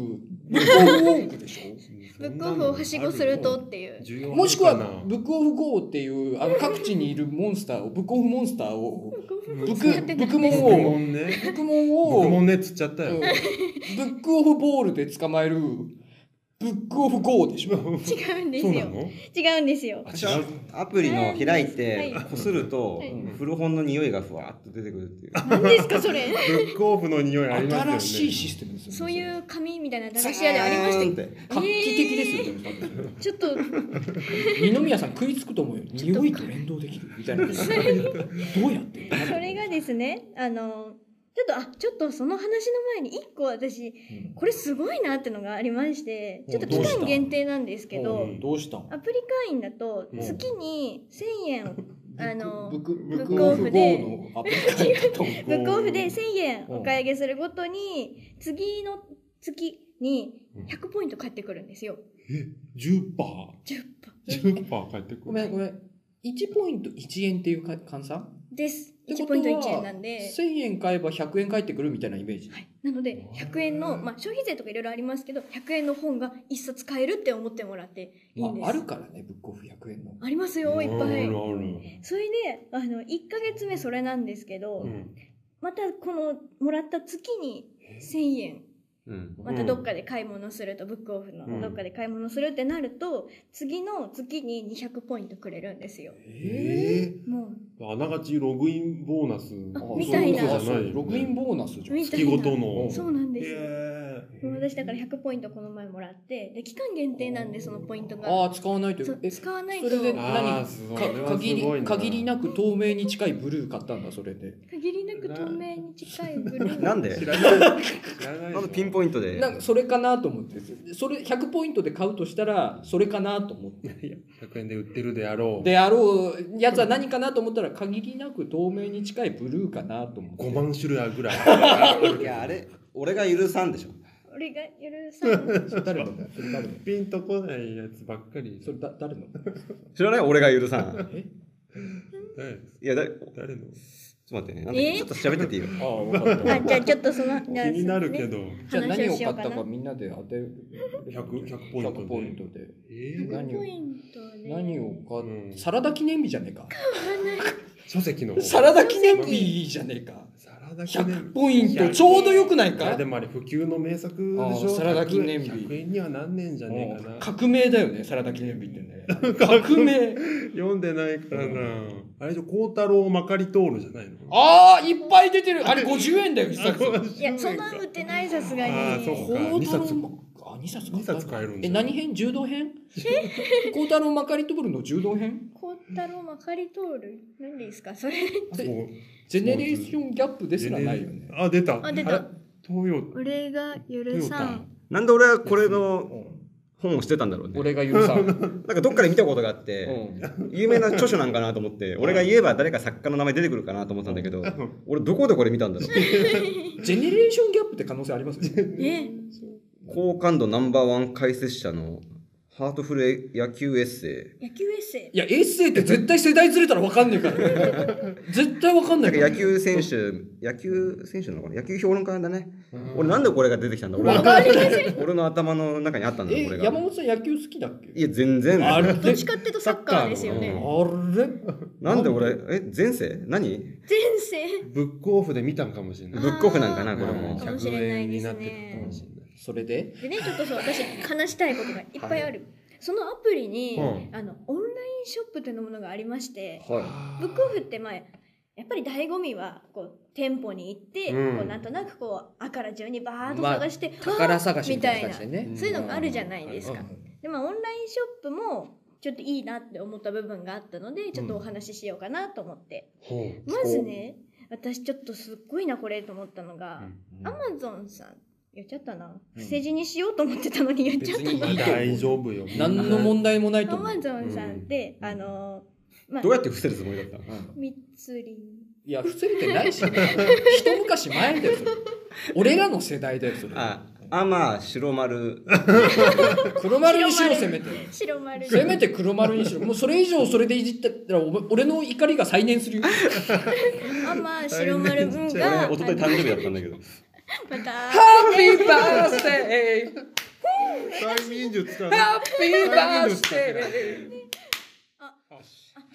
S3: ブックオフウォークでしょ
S1: ブックオフをはしごするとっていう。
S2: 重要なのかな
S3: もしくはブックオフ GO っていうあの各地にいるモンスターをブックオフモンスターをブックブックモ
S2: ブック
S3: ン
S2: モ
S3: を
S2: ンね。
S3: ブッ
S2: ブ
S3: ク
S2: ック
S3: モン
S2: モ
S3: を
S2: ンねっつっちゃった
S3: うん
S2: よ
S3: ブ。ックオフボールで捕まえるブックオフ GO でしょ
S1: 違うんです
S2: そうな
S1: よ。
S2: の
S1: 違うんですよ。
S4: 私はアプリの開いて
S1: はい
S4: こすると、
S1: はい
S4: 古本の匂いがふわっと出てくるっていう。
S1: 何ですか、それ
S2: ブ。ックオフの匂いありますよね。
S3: 新しいシステムですよね
S1: そう
S3: う
S1: いう紙みたいな駄菓子屋でありました
S4: う
S1: け
S4: んっ
S1: ど。
S4: て。
S3: 画期的ですよ、でも多分
S1: ちょっと、
S3: 二宮さん食いつくと思うよ匂いと連動できるみ たいなどうやって
S1: それがですね、あの、ちょっと、あ、ちょっとその話の前に一個私、
S3: うん
S1: これすごいなってのがありまして、ちょっと
S3: ど
S1: 期
S3: うした
S1: 間限定なんですけ
S3: う
S1: ど、
S3: んどうしたの
S1: アプリ会員だと月に1000円を、あの、
S3: ブ
S1: ブ
S3: ックブッ
S1: ブッ
S3: ク
S1: ク
S3: オ
S1: オ
S3: フ
S1: フ
S3: GO
S1: で
S3: のアプリ開いたと思う
S1: ックオフで1000円お買い上げするごとに、次の月に100ポイント返ってくるんですよ。
S2: 10パー。
S1: 10%
S2: 10パー返ってくる。
S3: ごめんごめん。1ポイント1円っていうか換算
S1: です。
S3: って
S1: 1
S3: こと
S1: ポ
S3: は
S1: イント1円なんで。
S3: ?1000 円買えば100円返ってくるみたいなイメージ。
S1: はい、なので100円の、まあ、消費税とかいろいろありますけど100円の本が1冊買えるって思ってもらっていいんです
S3: まあ、あるからね、ブックオフ100円の。
S1: ありますよいっぱ
S2: ある
S1: い
S2: ある。
S1: それであの1ヶ月目それなんですけど、
S2: うん
S1: またこのもらった月に1000円
S4: うん。
S1: またどっかで買い物すると、ブックオフ
S2: うん
S1: のどっかで買い物するってなると次の月に200ポイントくれるんですよ
S2: え
S1: も
S2: えあながちログインボーナス
S1: あみたいな
S2: そう
S3: あ
S2: うことじゃ
S3: そ
S2: ないうよ
S3: ログイン
S2: ね
S3: ボーナスじゃん。
S1: みたい
S2: 月
S1: な
S2: ごとの
S1: うそうなんですよ、
S2: ええ
S1: もう私だから100ポイントこの前もらってで期間限定なんでそのポイント
S3: あ
S1: が
S3: あ、使わないと。
S1: そう
S3: え、
S1: 使わない
S3: それで
S1: と
S2: あーすごいそれ
S3: か
S2: は
S3: 限
S2: すごい
S3: り、
S2: な
S3: 限りなく透明に近いブルー買ったんだ、それで。
S1: 限りなく透明に近いブルー
S4: なん
S2: 知
S4: で
S2: らない知らない
S4: なんでピンポイントで。
S3: なんか、それかなと思って。それ、100ポイントで買うとしたら、それかなと思って。
S2: 100円で売ってるであろう
S3: であろうやつは何かなと思ったら、限りなく透明に近いブルーかなと思って。
S2: 5万種類ぐらいある
S4: いや、あれ、俺が許さんでしょ。
S1: 俺が許さん
S3: それ誰のそれ誰の
S2: ピンとこないやつばっかり
S3: それだ誰の
S4: 知らない俺が許さん。
S3: え
S2: 誰
S4: いや、だ、ちょっ
S2: 誰の
S4: と待ってね。なんで
S1: え
S4: ちょっと喋ってていいよ。
S3: ああ、わかった
S1: あじゃあちょっとその
S2: 気になるけど
S3: じゃあ
S1: 話
S3: 何を買った
S1: をしよう
S3: か
S1: かな
S3: みんなで当てる
S2: 100 100ポイントで
S3: 100ポイントで
S2: ええ
S3: 何
S1: ポ
S3: を
S1: イントね
S3: 何を買う、
S2: うん
S3: サラダ記念日じゃねえか
S2: 書籍の
S3: サラダ記念日じゃねえか
S2: サラダ記念
S3: 100ポイントちょうどよくない
S2: いや
S3: か
S2: でもあれ普及の名作でし
S3: あ
S2: ょ
S3: ーサラダ記念日
S2: 100円にはなんねんじゃねえかな
S3: 革命だよねサラダ記念日ってね革命
S2: 読んでないからなあれじゃ孝太郎まかり通るじゃないの
S3: ああいっぱい出てるあれ50円だよ一冊
S1: いやそんな売ってないさすがに
S2: あーそうか
S3: 孝
S2: 二
S3: 太郎
S2: 冊
S3: もあ、2冊
S2: 二冊買えるんじ
S3: え、
S2: ゃない
S3: 何編柔道編孝太郎まかり通るの柔道編
S1: コータローマカリトール何ですかそれ
S2: もう
S3: ジェネレーションギャップですらないよね。
S2: あ、出た。
S1: あ出
S2: あれ
S1: た
S2: 東洋。
S1: 俺が
S2: ト
S1: 許
S2: ヨ
S1: さ
S2: タ
S1: ん。
S4: なんで俺はこれ
S3: う
S4: の
S3: ん
S4: 本をしてたんだろうね。
S3: 俺が許さん。 うん
S4: なんかどっかで見たことがあって、有名な著書なんかなと思って、俺が言えば誰か作家の名前出てくるかなと思ったんだけど、俺どこでこれ見たんだろう。
S3: ジェネレーションギャップって可能性ありますよね。
S1: え
S4: 好感度ナンバーワン解説者のハートフル野球エッセ
S1: 野球エッセイ
S3: いや、エッセイって絶対世代ずれたら分かんねえからね。 絶対分かん
S4: イ。
S3: な
S4: ないんから野
S3: かね
S4: 球選手、野球選手なのかな野球評論家だね。俺なんでこれが出てきたんだ俺
S3: わか
S4: 俺の頭の中にあったんだこれ
S3: え、
S4: が。
S3: 山本さん野球好きだっけ
S4: いや、全然。
S3: あれ
S1: どっちかっていうとサッカーですよ
S4: サッ
S1: ね
S3: あれ
S4: なんで俺、え、前世何
S1: 前世
S2: ブックオフで見たんかもしれない。
S4: ブックオフなんかな、
S1: あ
S4: こ
S1: ー
S4: れ
S2: うん
S4: も。
S1: かもしれないですね
S2: 100円になってるかもしれない。
S3: それで
S1: でねちょっとそう私話したいことがいっぱいある、そのアプリに、
S2: う
S1: あのオンラインショップというものがありまして
S3: は
S1: ブックオフってまあやっぱり醍醐味はこう店舗に行って、
S2: うん
S1: こうなんとなくこう「あ」から順にバーッと
S3: まあ
S1: 探して、
S3: い。宝探し
S1: し
S3: み
S1: み
S3: た
S1: た
S3: い
S1: い
S3: な
S1: な
S3: 感じでね。
S1: そういうのがあるじゃないですか、
S3: うん
S1: でまあオンラインショップもちょっといいなって思った部分があったのでちょっとお話ししようかなと思って、
S2: ほう。
S1: まずね私ちょっとすっごいなこれと思ったのが、
S3: うん
S1: アマゾンさん言っちゃったな伏せ字にしようと思ってたのに言っちゃった
S3: 別
S1: な
S3: にいいと思う
S2: 大丈夫よ。
S3: 何の問題もないと
S1: ア
S3: 思う。
S1: マゾンさんって、あのまあ
S4: どうやって伏せるつもりだったの
S3: うん
S1: みつりん
S3: いや、伏せれてないし、一昔前だよ、それ。俺らの世代だよ、それ。
S4: あ、アマ、白丸。
S3: 黒丸にしろ、せめて。
S1: 白丸
S3: せめて黒丸にしろ。もうそれ以上それでいじったら、お前俺の怒りが再燃するよ。
S1: アマ白丸うん
S4: 俺
S1: が、
S4: 一昨日誕生日だったんだけど。
S1: また
S3: ハッピーバースデー
S2: 催眠術使う。
S3: ハッピーバースデ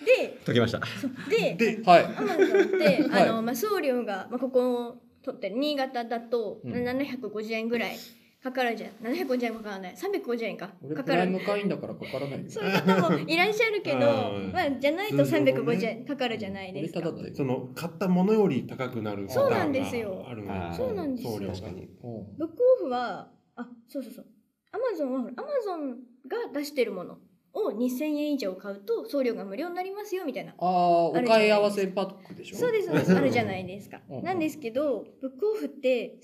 S1: で
S4: 解きました。
S1: で
S2: で、
S3: ーはい。
S1: アマゾンって、
S3: はい
S1: あのまあ、送料が、まあ、ここを取ってる新潟だと
S3: うん
S1: 750円ぐらいかかるじゃん、750円もかからない350円か
S3: 俺
S1: か
S3: プ
S1: か
S3: ライ
S1: る
S3: ム会員だからかからないよ。
S1: そういう方もいらっしゃるけど
S2: うん
S1: まあ、じゃないと
S2: 通常のね
S1: 350円かかるじゃないで
S3: 俺
S1: すか
S3: ただだよ。
S2: その買ったものより高くなるパター
S1: そ
S2: ンが
S1: うなんですよ
S2: ある
S4: あー
S1: そうなんですよ
S2: 送料が
S4: 確かに。
S3: うん
S1: ブックオフはあそうそうそうアマゾンはほらアマゾンが出してるものを2000円以上買うと送料が無料になりますよみたいな
S3: ああ、お買い合わせパックでしょ
S1: そうですそうですあるじゃないですか
S3: うん
S1: なんですけどブックオフって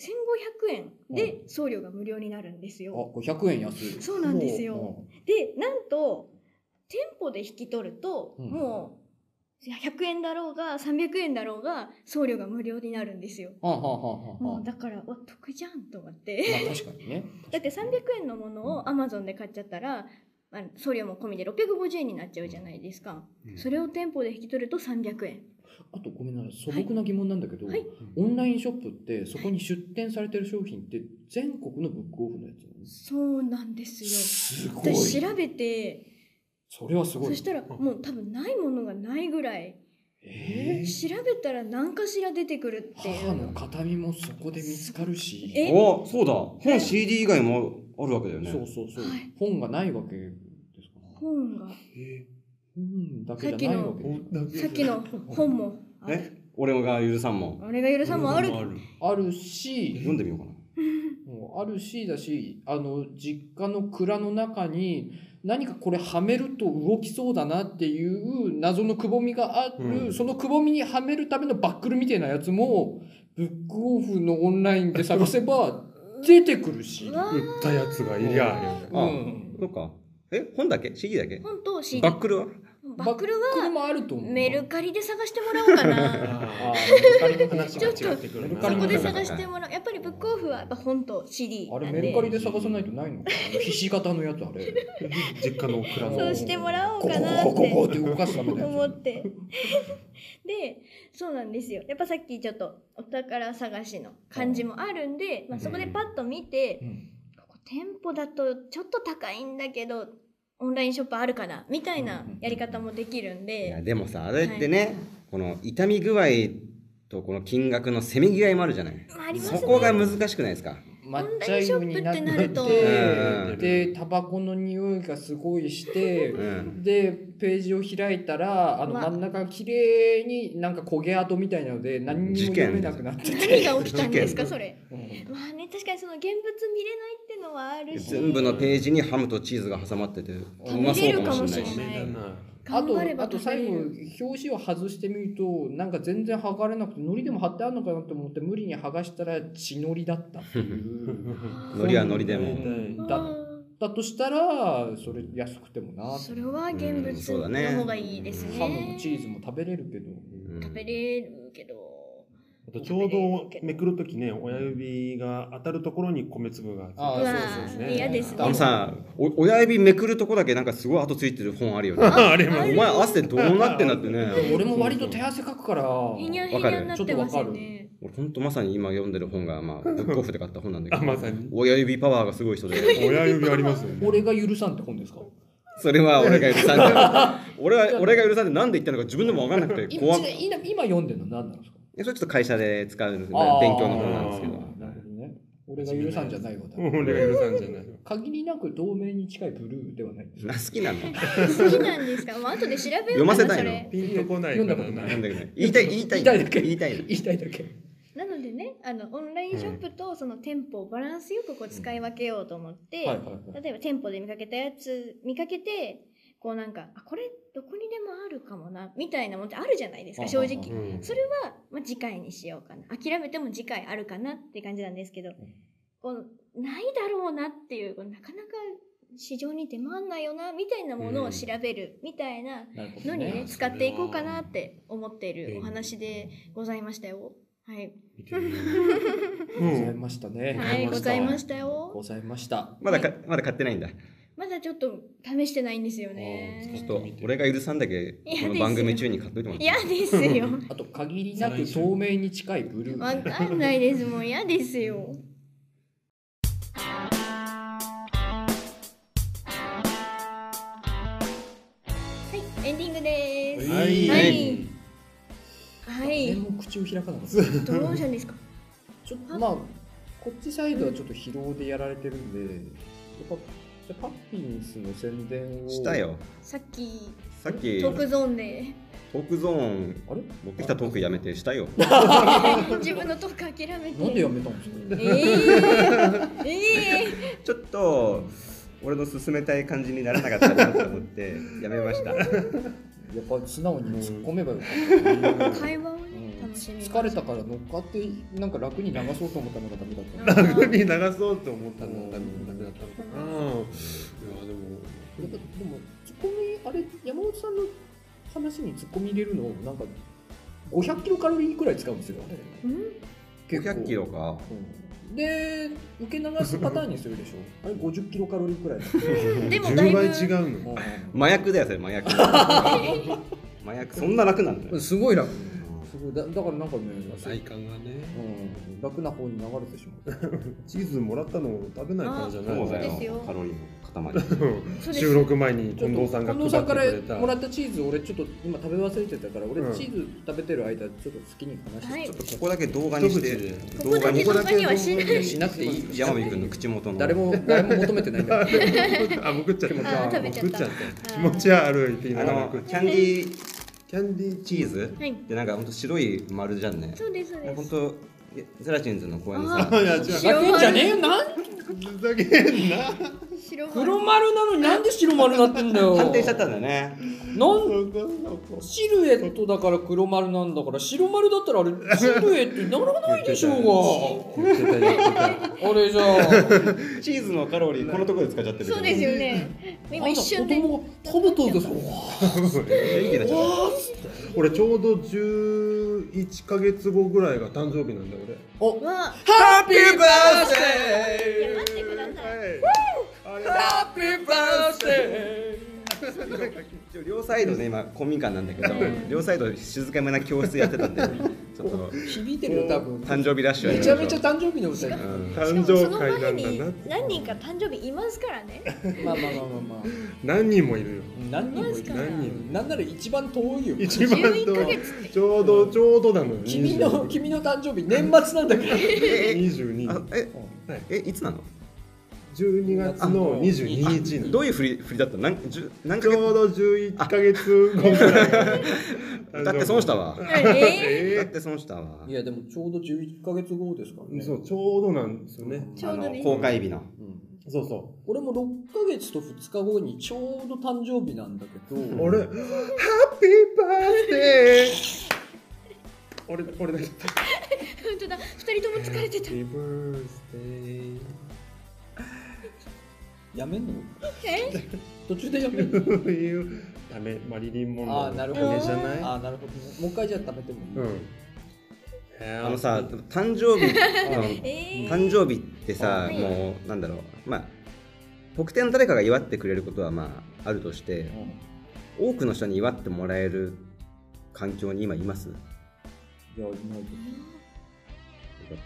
S1: 1500円で送料が無料になるんですよ
S3: あ、500円安い。
S1: そうなんですよ
S3: も
S1: でなんと店舗で引き取ると、
S3: うん
S1: もう100円だろうが300円だろうが送料が無料になるんですよ、
S3: う。はあはあはあはあ
S1: もう。だからわ得じゃんと思って
S3: まあ確かにね。
S1: だって300円のものを Amazon で買っちゃったらあの送料も込みで650円になっちゃうじゃないですか、
S2: うん
S1: それを店舗で引き取ると300円
S3: あとごめんなさい素朴な疑問なんだけど、
S1: はいはい
S3: オンラインショップってそこに出店されてる商品って全国のブックオフのやつなんです
S1: そうなんですよ
S3: すごい
S1: 私調べて
S3: それはすご
S1: そ
S3: い
S1: したらもう多分ないものがないぐらい
S3: え
S1: 調べたら何かしら出てくる
S3: ー、
S1: っていう
S3: 母の形見もそこで見つかるし
S1: え
S4: おそうだ。本 CD 以外もあるわけだよね。
S3: そうそうそう、
S1: はい
S3: 本がないわけですから
S1: 本が
S2: え
S3: 本だけじゃないわけです
S2: ー
S1: さっきの本もある
S4: え俺が許さんも。
S1: 俺がゆるさんもある。
S3: あるし
S4: 読んでみようかな。
S3: もうあるしだしあの実家の蔵の中に何かこれはめると動きそうだなっていう謎のくぼみがある、
S2: うん
S3: そのくぼみにはめるためのバックルみたいなやつもブックオフのオンラインで探せば出てくるし
S1: う、わー
S2: 売ったやつがいりゃあね
S3: う
S4: あ
S3: ん、
S4: そっか。え、本だけ ?CD だけ
S1: 本と CD
S4: バックルは
S1: バックル
S3: バックル
S1: は
S3: もあると思う
S1: メルカリで探してもらおうかな
S3: あ
S2: あ
S3: あメ
S2: ー
S3: ルカリの
S2: 話
S3: 話
S2: が違
S3: が
S2: ってくるな
S3: メルカ
S1: そ
S3: リ
S1: こ
S3: の
S1: で
S3: 話
S1: 探してもらうやっぱりブックオフはやっぱ本と CD な
S3: あれ
S1: ん
S3: メ
S1: で
S3: ルカリで探さないとないのかなひし形のやつあれ
S2: 実家のお蔵
S1: そ
S2: の
S1: うしてもらおうかなって
S3: ゴゴゴゴゴって動かすためのやつ
S1: 思ってでそうなんですよやっぱさっきちょっとお宝探しの感じもあるんで、まあ、そこでパッと見て、
S3: うん
S1: ここ店舗だとちょっと高いんだけどオンラインショップあるかなみたいなやり方もできるん
S4: い
S1: で、
S4: や、でもさ、あれってね、この痛み具合とこの金額のせめぎ合いもあるじゃない。
S1: まあ、あります
S4: そ
S1: ね
S4: こが難しくないですか。
S3: う抹茶色になって
S1: オンラインショップって
S4: な
S3: て
S4: ると
S3: でタバコの匂いがすごいして
S4: うん。
S3: でページを開いたらあの
S1: ま
S3: 真ん中が綺麗になんか焦げ跡みたいなので何にも
S4: 事件
S3: 読めなくなって
S1: 何
S3: て
S1: が起きたんですかそれ
S3: うん
S1: まあね確かにその現物見れないってのはあるし
S4: 全部のページにハムとチーズが挟まってて、うまそうかもしれないし。
S3: あ
S1: 頑
S3: と
S1: 張れば
S3: あと最後
S1: 食べれる
S3: 表紙を外してみるとなんか全然剥がれなくて糊でも貼ってあるのかなと思って無理に剥がしたら血のりだったっていう。
S4: 海苔は海苔でも。
S3: うんだだとしたらそれ安くてもな
S1: あーそれは現
S4: うんそうだ
S1: 物
S4: ね
S1: の方がいいですね
S3: ハムもチーズも食べれるけど
S4: うん
S1: 食べれるけど
S2: あとちょうどめくるときね、親指が当たるところに米粒が。
S3: あ
S1: うわ
S3: ーそうそうそう
S1: ー嫌ですね
S4: あのさ、お親指めくるとこだけなんかすごい跡ついてる本あるよね。
S2: あれ
S4: お
S2: も
S1: ある
S4: 前汗どうなってんだってね。
S3: 俺も割と手汗かくから
S1: ひにゃひ
S4: わ
S1: に
S4: か
S1: ゃ
S4: る
S1: になってますよね
S4: 俺ほんとまさに今読んでる本が、まあ、ブックオフで買った本なんだ
S2: あ、
S4: けど
S2: ま、さに。
S4: 親指パワーがすごい人で、
S2: 親指ありますよね。
S3: 俺が許さんって本ですか
S4: それは俺が許さんない俺は、俺が許さんでなんで言ったのか自分でもわかんなくて
S3: 今
S4: 怖く。
S3: 今今読んでるの何なんですか
S4: えそれちょっと会社で使うんで、勉
S3: あー
S4: 強の本なんですけど。
S3: なるほどね俺が許さんじゃないわ多分
S2: 俺が許さんじゃ ない。
S3: 限りなく同盟に近いブルーではないです
S4: な好きなんだ。
S1: 好きなんですかまあ後で調べようかな
S4: 読ませたいの
S1: それ
S2: ピンとこないから。
S3: 読んだことな
S4: ないんだけどね。言いたい、言いたい。
S3: 言いたいだけ
S4: 言いたいの。
S3: 言いたいだけ
S1: なのでねあのオンラインショップとその店舗をバランスよくこう使い分けようと思って、
S3: はいはいはい
S1: 例えば店舗で見かけたやつ見かけてこうなんかあこれどこにでもあるかもなみたいなもんってあるじゃないですか正直
S3: うん
S2: うん
S1: それは、まあ、次回にしようかな諦めても次回あるかなって感じなんですけどこうないだろうなっていうこうなかなか市場に出回んないよなみたいなものを調べるみたいな
S3: なるほ
S1: の
S3: ど
S1: にね
S3: ね
S1: 使っていこうかなって思っているお話でございましたよ。はい、
S2: 見てみよう。う
S3: ござい
S2: ん。
S3: ましたね
S1: はい、ございました
S3: ご
S1: よ。
S3: ざいました
S4: まだか、まだ買ってないんだ。
S1: まだちょっと試してないんですよね
S2: おー。
S4: ちょっと、俺が許さんだけ、こ
S1: 嫌ですよ
S4: の番組中に買っといてもらって。
S1: 嫌ですよ。
S3: あと限りなく透明に近いブル
S1: わ
S3: ー
S1: かんないですもん、嫌ですよ。はい、エンディングです。
S2: はい
S1: はい。は
S3: 誰
S1: い。
S3: も口を開かなかった
S1: どうしたんですか。
S3: ちょっとまあこっちサイドはちょっと疲労でやられてるんで、やっぱじゃあパッピンスの宣伝を
S4: した。よ。
S1: さっき
S4: さっき、
S1: ト
S4: ト
S1: ークゾーンで
S4: ークゾーン、
S3: あれ
S4: 持ってきたトークやめてしたよ。
S1: 自分のトーク諦め
S3: なんでや
S1: て。
S3: めたんですか。
S1: えー、えー、
S4: ちょっと、俺の進めたい感じにならなかったなと思 って、やめました。
S3: やっぱ素直に突っ込めばよかっ
S1: 会話を
S3: た。
S1: ね
S3: うん
S1: 楽しみに
S3: 疲れたから乗っかってなんか楽に流そうと思ったのがダメだったんだ。やっ
S2: 楽に流そうと思ったのダメダメだったのかな。いやでも
S3: ぱでも突っ込みあれ山本さんの話に突っ込み入れるのなんか500キロカロリーくらい使うんですよ。
S1: うん
S3: 結構
S4: 500キロか。
S3: うんで受け流すパターンにするでしょ。あれ50キロカロリーくらい。
S1: でも
S2: 10
S1: だいぶ
S2: 倍違うの。
S4: 麻薬だよ、それ、麻薬。麻薬、そんな楽なんだよ。
S3: すごい楽。すごいだだからなんかね、
S2: 体感がね。
S3: うん、楽な方に流れてし まう。
S2: チーズもらったのを食べないからじゃない。
S4: そうだ
S1: そうですよ
S4: よ、カロリーの塊。
S1: そうです
S2: 収録前に近藤さんが
S3: 近藤さんか
S2: 配
S3: ら
S2: ってくれた。
S3: もらったチーズ、俺ちょっと今食べ忘れてたから、俺
S2: うん
S3: チーズ食べてる間、ちょっと好きに話して、
S1: はい
S3: ちょっと
S4: ここだけ動画にし
S2: 一口
S4: て、
S1: ここだけ動画にはしない
S3: いやしなくていい。
S4: 山美君の口元の。
S3: 誰も、誰も求め てないんだけど。
S2: あ、僕食っちゃった。
S1: あ食べちゃった
S2: 僕食っ気持ち悪いって言い
S4: あ
S2: ながら
S4: の
S2: 食っち
S4: キ
S2: ゃ
S4: ャ
S2: っ
S4: ンディー
S2: た。キャンディー
S4: チーズ
S1: はい
S4: ってなんか本当白い丸じゃんね。
S1: そうですそうで
S4: 本
S1: す
S4: 当ゼラチンズの公園で
S1: あ
S4: さ
S1: ー、
S2: いや違う
S1: 白
S3: ふざけんじゃねえ
S1: 丸
S3: よ、なん
S2: ふざけんな。
S1: 白丸
S3: 黒丸なのになんで白丸なってんだよ。
S4: 判定しちゃったんだよね。
S3: なんシルエットだから黒丸なんだから、白丸だったらあれ、シルエットにならないでしょ
S2: 言ってた言って
S3: うが。あれじゃあ。
S4: チーズのカロリーこのところで使っちゃってるけど。
S1: そうですよね。今一瞬で
S3: あ。んた子供が食べとるです
S4: 元気だじゃん
S2: た。俺ちょうど十一ヶ月後ぐらいが誕生日なんだ俺。
S1: わ
S3: ハッピーバース
S1: いや
S3: デ
S1: 待ってください。
S2: あれ
S3: ーハッピーバースデ
S4: 一応両サイドね今公民館なんだけど
S1: うん
S4: 両サイド静かめな教室やってたんでちょっと
S3: ー響いてるよ多分
S4: 誕生日ラッシュやりま
S3: めち
S4: し
S3: ゃ
S4: ょう
S3: めちゃ誕生日の歌だ
S4: うん
S1: しか
S2: 誕
S1: もそ
S2: 生
S1: の
S2: 会な
S1: 前
S2: んだ
S1: に
S2: な。
S1: 何人か誕生日いますからね。
S3: まあまあまあまあまあ
S2: 何人もいるよ。
S3: 何人もい
S1: マジか
S3: る
S2: 何人も。
S3: なんなら一番遠いよ
S2: 一番
S1: 11ヶ
S2: と
S1: 月って。
S2: ちょうどちょうどなのよ。
S3: 君の君の誕生日年末なんだけど
S4: ええ
S2: 二十二。
S4: あえ
S2: はい
S4: えいつなの
S2: 12月の22日なんで
S4: どういう振り振りだったの何十何
S2: ち
S4: ヶ
S2: ょう
S4: 月
S2: ど11ヶ月後ぐらい
S4: だって損したわ
S1: え
S4: だ
S2: え
S4: って損したわ
S3: いやでもちょうど11ヶ月後ですから
S2: ー
S3: ね
S2: そうちょうどなんですよね
S1: ちょうどね
S4: あの公開日の
S3: うん
S2: そうそ
S3: 俺も6ヶ月と2日後にちょうど誕生日なんだけど
S2: う俺ハッピーバースデー俺俺だけ
S1: ー、本当だ二人とも疲れてた
S2: リブースデー
S3: やめんの
S1: え
S3: 途中でやめんの
S2: というためマリリン・モンロ
S3: あー
S2: ー
S3: なる
S2: の
S3: ほ
S2: た
S3: ど
S2: めじゃない
S3: ああなるほどねもう一回じゃあ食べてもいい、
S2: うんえー
S4: あのさ誕生日あの
S1: えー、
S4: 誕生日ってさ、
S1: はい
S4: もうなんだろうまあ特定の誰かが祝ってくれることはまああるとして多くの人に祝ってもらえる環境に今いますよか
S3: いや今
S4: っ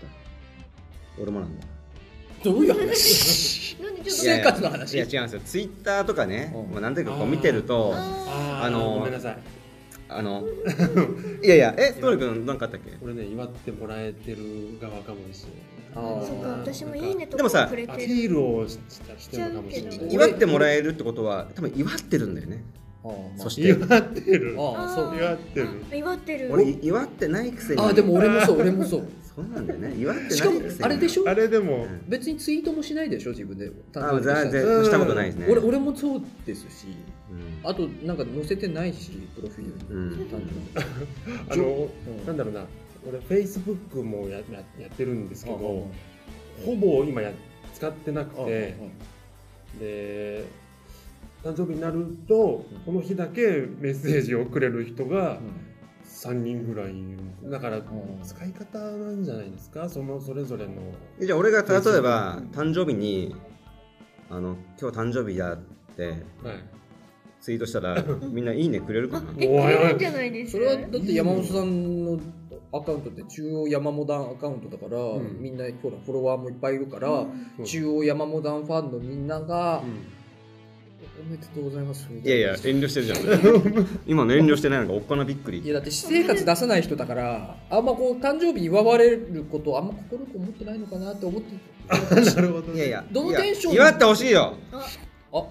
S4: た俺もなんだ
S3: どういう話
S1: なんでちょっと
S3: いや生活の話
S4: いやいや違うんですよツイッターとかね、
S3: うん
S4: まあ、何というかこう見てるとあ
S1: あ
S2: あー
S4: あのー
S2: ごめんなさい
S4: の いやいやえストーリー君何かあったっけ
S2: 俺ね祝ってもらえてる側かもしれない
S3: あ
S1: ー
S3: ー
S1: そっか私もいいねと
S4: でも
S1: か
S4: さ
S1: くれ
S2: ア
S1: て
S2: ピ
S1: る
S2: ールをししてるかもしれな
S1: しちゃう
S2: い
S1: けど
S4: 祝ってもらえるってことは多分祝ってるんだよね
S3: あー、まあ
S4: そして
S2: 祝ってる
S3: ああそう
S2: 祝ってる
S1: あ祝ってる
S4: 俺祝ってないくせに
S3: ああでも俺もそう俺もそう
S4: そうなんだよね祝ってないく
S3: し
S4: せ
S3: か
S4: に
S3: もあれでしょ
S2: あれでも
S4: うん
S3: 別にツイートもしないでしょ自分で
S4: あ全然
S2: うん
S4: したことないですね
S3: 俺俺もそうですし
S4: うん
S3: あとなんか載せてないしプロフィール
S4: う
S3: に
S4: ん
S3: 誕生日
S2: あの
S3: うん
S2: なんだろうな俺フェイスブックもやややってるんですけど
S3: うんうん
S2: ほぼ今や使ってなく
S3: うん
S2: てで誕生日になるとこの日だけメッセージをくれる人が3人ぐらいいるだから
S3: ん
S2: 使い方なんじゃないですかそのそれぞれの
S4: じゃあ俺が例えば誕生日に「あの今日誕生日だ」って
S2: はい
S4: ツイートしたらみんないいねくれるか
S1: あ
S4: な
S1: え
S2: おい
S1: くれ
S2: おい
S1: るんじゃないです
S3: それはだって山本さんのアカウントって中央山モダンアカウントだから、
S2: うん
S3: みんなほらフォロワーもいっぱいいるから、
S1: うん
S2: うん
S3: 中央山モダンファンのみんなが、
S2: う
S3: おめでとうございますみ
S4: い
S3: た
S4: や
S3: い
S4: い
S3: な
S4: や遠慮してるじゃん今の遠慮してないのがおっかなびっく
S3: い
S4: り
S3: やだって私生活出さない人だからあんまこう誕生日祝われることあんま心く思ってないのかなって思って
S2: んなるほど
S4: いやいや
S3: どのテンション
S4: いや祝ってほしいよ
S3: あ、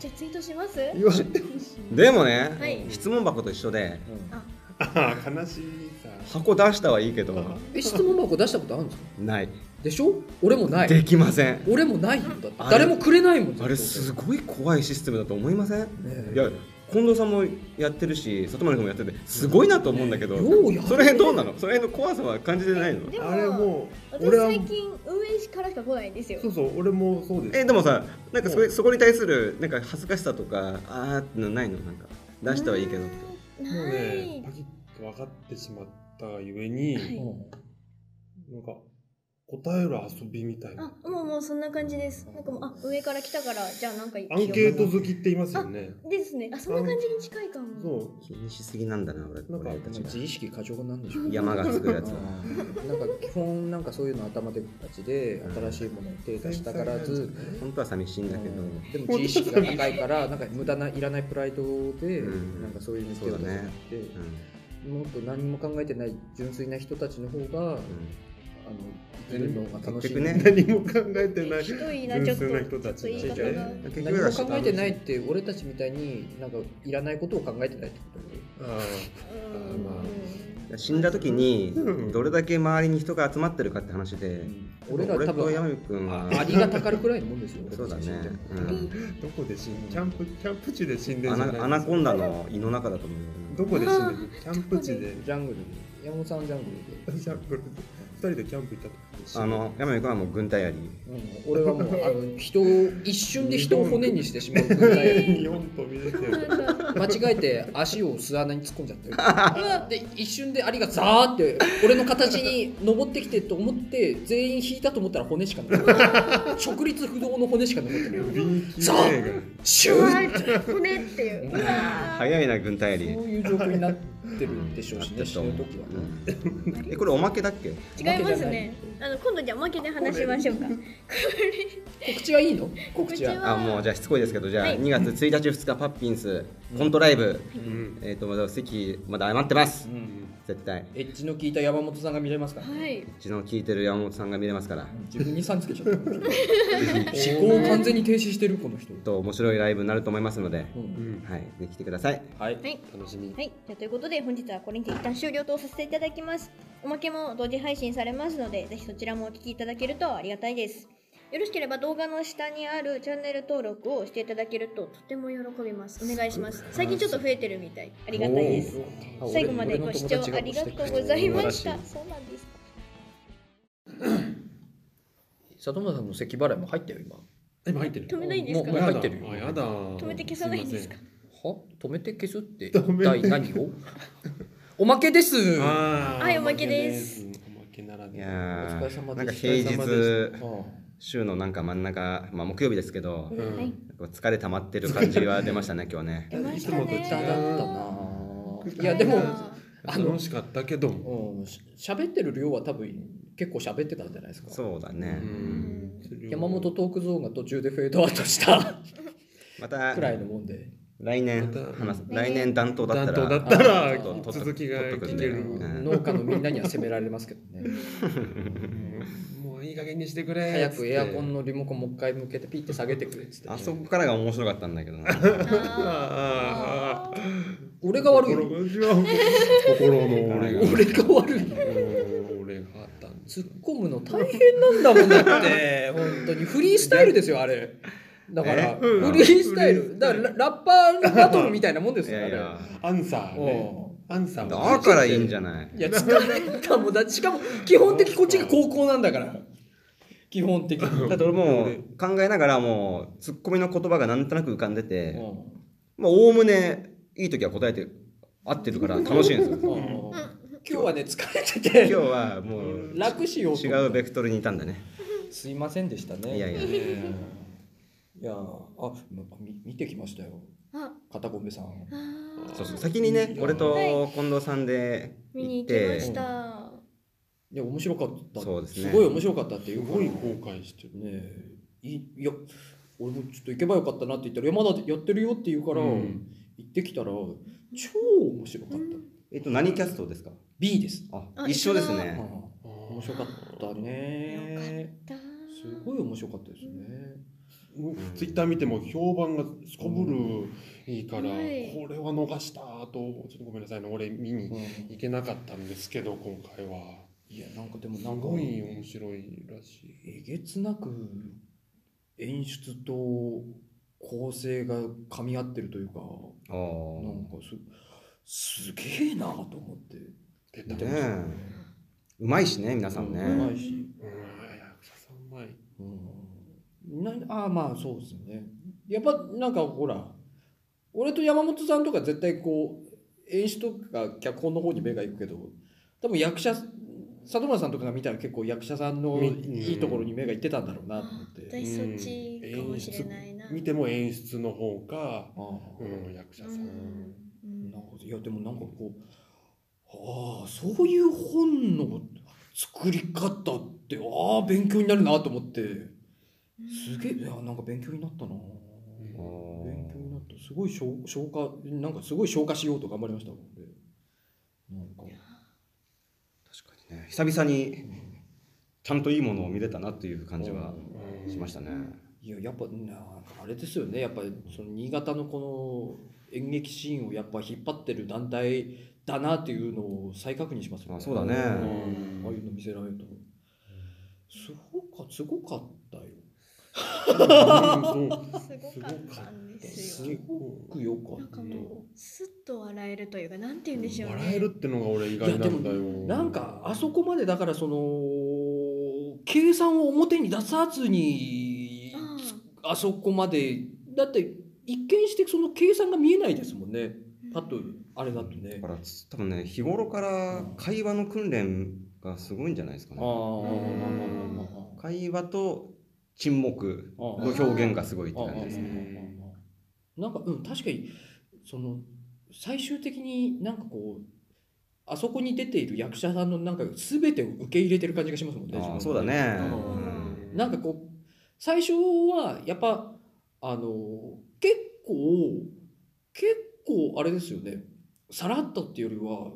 S1: じゃあツイートします
S2: 言われてほしい
S4: でも
S1: は
S4: ね
S1: い
S4: 質問箱と一緒で
S2: ああ悲しいさ
S4: 箱出したはいいけど
S3: え質問箱出したことあるんですか
S4: ない
S3: でしょ俺もない
S4: できません
S3: 俺もないよだって
S4: あれ
S3: 誰もくれないもん
S4: あれすごい怖いシステムだと思いません
S3: ね
S4: いや近藤さんもやってるし里丸君もやっててすごいなと思うんだけど、
S3: ようやる
S4: その辺どうなのその辺の怖さは感じてないの
S1: でも
S2: あれもう
S1: 私
S2: 俺は
S1: 最近運営からしか来ないんですよ
S2: そうそう俺もそうです
S4: えでもさなんかそこ
S2: うん
S4: そこに対するなんか恥ずかしさとかあーってのないのなんか出したはいいけどって
S2: もう
S1: な
S2: ね
S1: い、
S2: パキッと分かってしまったゆえに、
S1: はい
S2: なんか、答える遊びみたいな。
S1: あもうもうそんな感じですなんかもうあ上から来たからじゃあなんか
S2: アンケート好きって言いますよね。
S1: ですねあそんな感じに近いかも
S2: そ
S4: 気にしすぎなんだな俺
S2: なんか
S4: 俺たちが
S3: 自意識過剰なんでしょ
S4: 山がつくやつは
S3: なんか基本なんかそういうの頭でたちで新しいものに手出したからず、
S4: 本当は寂しいんだけど、
S3: うんでも自意識が高いからなんか無駄ないらないプライドで
S4: うん
S3: なんかそういうの手を出さなくて、
S4: うん
S3: もっと何も考えてない純粋な人たちの方が、あの生きるのが楽し
S4: 結
S3: い
S4: 局ね
S2: 何も考えてない。
S1: ひどいなちょっと
S2: 純粋な人たち
S1: ちょっと言い方が
S4: うん結
S3: 何
S4: 局
S3: も
S4: は
S3: 考えてないって俺たちみたいになんかいらないことを考えてないってこと
S2: あ
S1: うん
S2: まあ
S4: 死んだ時に
S2: うん
S4: どれだけ周りに人が集まってるかって話で、
S3: 俺ら多
S4: と山
S3: 分
S4: 口君は
S3: ありがたかるくらいのもんですよ
S4: そうだね、う
S3: 俺たち
S4: ん
S2: ーどこで死んキャンプ、キャンプ地で死んで
S4: ア
S2: んじゃない
S4: ナアナコンダの胃の中だと思うよ
S2: どこで死んでるキャンプ地で、
S3: ジャングルで山本さんはジャングル で
S2: ジャングルで、二人でキャンプ行った時に死ん
S4: あ
S2: だ、
S4: の山美君はもう軍隊あり
S3: うん、俺はもうあの人を一瞬で人を骨にしてしまう 軍隊で
S2: 日本飛び出てる。
S3: 間違えて足を巣穴に突っ込んじ ゃってで一瞬でアリがザーって俺の形に登ってきてと思って全員引いたと思ったら骨しか残って ない直立不動の骨しか残ってない
S2: B 級
S3: ザ
S2: 映
S3: ーシュー
S1: うわー骨っていううわー
S4: 早いな軍隊あ
S3: そう
S4: り
S3: いう状況になってってるでしょうしね、死ぬ時は。
S4: うんえこれおまけだっけ
S1: 違いますね。あの今度じゃあ負けで話しましょうか。これ
S3: 告知はいいの告知は。
S4: あもうじゃあしつこいですけどじゃあ
S1: はい
S4: 2月1日2日パッピンスコントライブ、
S2: うん
S4: えっ、とまだ席まだ余ってます
S3: うん
S4: 絶対
S3: エッジの効いた山本さんが見れますから。
S1: はい。
S4: うちの聞いてる山本さんが見れますから
S3: 自分にさんつけちゃ った。思考を完全に停止してる、この人。
S4: と面白いライブになると思いますので、
S3: う
S2: うんん
S4: はいぜひ来てください
S3: はい
S1: はい、
S3: 楽しみ。
S1: はい、じゃあということで本日はこれにて一旦終了とさせていただきます。おまけも同時配信されますので、ぜひそちらもお聞きいただけるとありがたいです。よろしければ動画の下にあるチャンネル登録をしていただけるととても喜びます。お願いします。最近ちょっと増えてるみたい。ありがたいです。最後までご視聴ありがとうございました。そうなんです。
S3: 里村さんの咳払いも入ったよ、今。
S2: 今入ってる
S1: 止めないんですか
S3: もう入ってるよ
S2: あやだ
S1: 止
S2: 止
S1: めて消さないんですか
S3: は止めて消すって
S2: 止
S3: 一
S2: めて
S3: 体何を おまけですあ
S2: あー
S1: はいおまけです
S2: おまけなら
S4: い
S2: で
S4: や
S2: は
S4: ー
S3: お疲れ様です
S4: なんか平
S2: お疲れ様
S4: 日
S2: で
S4: 週のなんか真ん中、まあ、木曜日ですけど、
S1: は
S2: ん
S1: い。
S4: 疲れ溜まってる感じは出ましたね今日ね
S1: 出ま
S2: い
S1: し
S2: つ
S1: た
S2: もと違
S1: ね
S2: う。
S3: 歌だったないやでも、あの
S2: 楽しかったけども
S3: うん、し喋ってる量は多分結構喋ってたんじゃないですか
S4: そうだね、
S2: うん
S3: 山本トークゾーンが途中でフェードアウトした
S4: また
S3: くらいのもんで
S4: 来年
S2: また
S4: 話す
S1: うん
S4: 来年担当だった
S2: 担
S4: ら
S2: 当だったら
S3: あー
S4: ちょっと取っと
S2: 続きが
S4: 取っとくん
S2: 聞
S4: で
S2: け
S4: う
S2: る
S4: ん
S3: 農家のみんなには責められますけど ね
S2: もういい加減にしてくれ
S3: 早くエアコン
S2: の
S3: のリモコンもう一回向けてピッて下げてくれっつって
S4: あそこからが面白かったんだけど な
S1: あ
S2: あ
S1: ー
S3: 俺が悪いよ
S2: い心の俺が
S3: 俺が悪いよ
S2: 俺があったんです
S3: 突っ込むの大変なんだもんだ って本当にフリースタイルですよあれだから
S4: え
S3: フリースタイルだからララッパーバトルみたいなもんです
S4: い
S3: よあ
S4: やい
S3: れ
S4: や
S2: アンサーね
S3: う
S2: アンサーも
S4: だからいいんじゃない
S3: いや疲れたもんだしかも基本的にこっちが高校なんだから基本的に、
S4: だって俺もう考えながらもうツッコミの言葉がなんとなく浮かんでて、
S3: う
S4: まあおおむねいい時は答えて合ってるから楽しいんです
S3: んう
S4: よ
S3: ん今日はね疲れてて
S4: 今日はもう
S3: 楽しようと
S4: 違うベクトルにいたんだね
S3: すいませんでしたね
S4: いやいや
S3: いやあみ見てきましたよ
S1: あ
S3: 片込さん
S1: あー
S4: そうそう先にね俺と近藤さんで
S1: 見に
S4: 行っ
S1: 行きま
S4: て
S1: した。
S3: いや面白かった
S4: そうですね
S3: ごい面白かったってい
S2: す
S3: うか
S2: ごい後悔してる
S3: ねえいいや俺もちょっと行けばよかったなって言ったら「いやまだやってるよ」って言うから、
S2: うん
S3: 行ってきたら超面白かった、
S4: えっと何キャストですか
S3: B です、
S4: あ
S1: あ
S4: 一緒です
S3: ああ
S4: ね
S3: 面白かったね
S1: だ
S3: すごい面白かったですね
S2: ツイッター見ても評判がすこぶるいいから、
S1: はい
S2: これは逃したとちょっとごめんなさいね俺見
S3: う
S2: に
S3: ん
S2: 行けなかったんですけど今回はい
S3: やなんかでも
S2: す
S3: なんか
S2: ごい面白いらしい
S3: えげつなく演出と構成が噛み合ってるというか
S4: あ
S3: な
S4: ー
S3: んかすすげえなと思って
S2: 出た
S3: 見
S2: う
S3: て
S2: ん
S3: ました
S4: ねうまいしね皆さん
S3: うま
S4: ね
S3: いし
S2: 役者さんうまい
S3: うん、なあーまあそうですねやっぱなんかほら俺と山本さんとか絶対こう演出とか脚本の方に目がいくけど多分役者里村さんとかが見たら結構役者さんの
S2: み
S3: いいところに目がいってたんだろうなと思って。
S1: 私そっちかもしれないな。
S2: うん演出見ても演出の方か、
S3: あ
S2: う
S3: ー
S2: ん、役者さん、
S1: うん
S3: なんかいやでもなんかこうああそういう本の作り方ってああ勉強になるなと思ってすげえいやなんか勉強になったな。
S4: あー
S3: 勉強になったすごい消消化なんかすごい消化しようと頑張りましたもんねなんか
S4: 確かにね久々にちゃんといいものを見れたなっていう感じは
S2: うん
S4: しましたね
S3: いややっぱなんかあれですよねやっぱりその新潟のこの演劇シーンをやっぱ引っ張ってる団体だなっていうのを再確認しますよ
S4: あそうだね
S3: うんああいうの見せられるとすごかすごかったよ
S1: すごかっ
S2: うんそう
S1: たんです
S3: す
S1: よ。
S3: ごくよか
S1: なん
S3: っ
S1: か
S3: た
S1: もうスッと笑える というかなんて言うんでしょう
S2: 笑え
S1: ね。
S2: るってのが俺意外なんだよ
S3: なんかあそこまでだからその計算を表に出さずにあそこまでだって一見してその計算が見えないですもんねパッとあれだとね
S4: だから多分ね日頃から会話の訓練がすごいんじゃないですか
S3: あ
S4: ね
S3: あ
S4: 会話と沈黙
S3: ああ
S4: の表現がすごいって感じです
S2: すね
S3: なんかうん確かにその最終的になんかこうあそこに出ている役者さんのなんか全てを受け入れてる感じがしますもんね自
S4: あ
S3: 分の
S4: ーそうだね。
S1: うん
S3: なんかこう最初はやっぱあの結構結構あれですよねさらっとっていうよりは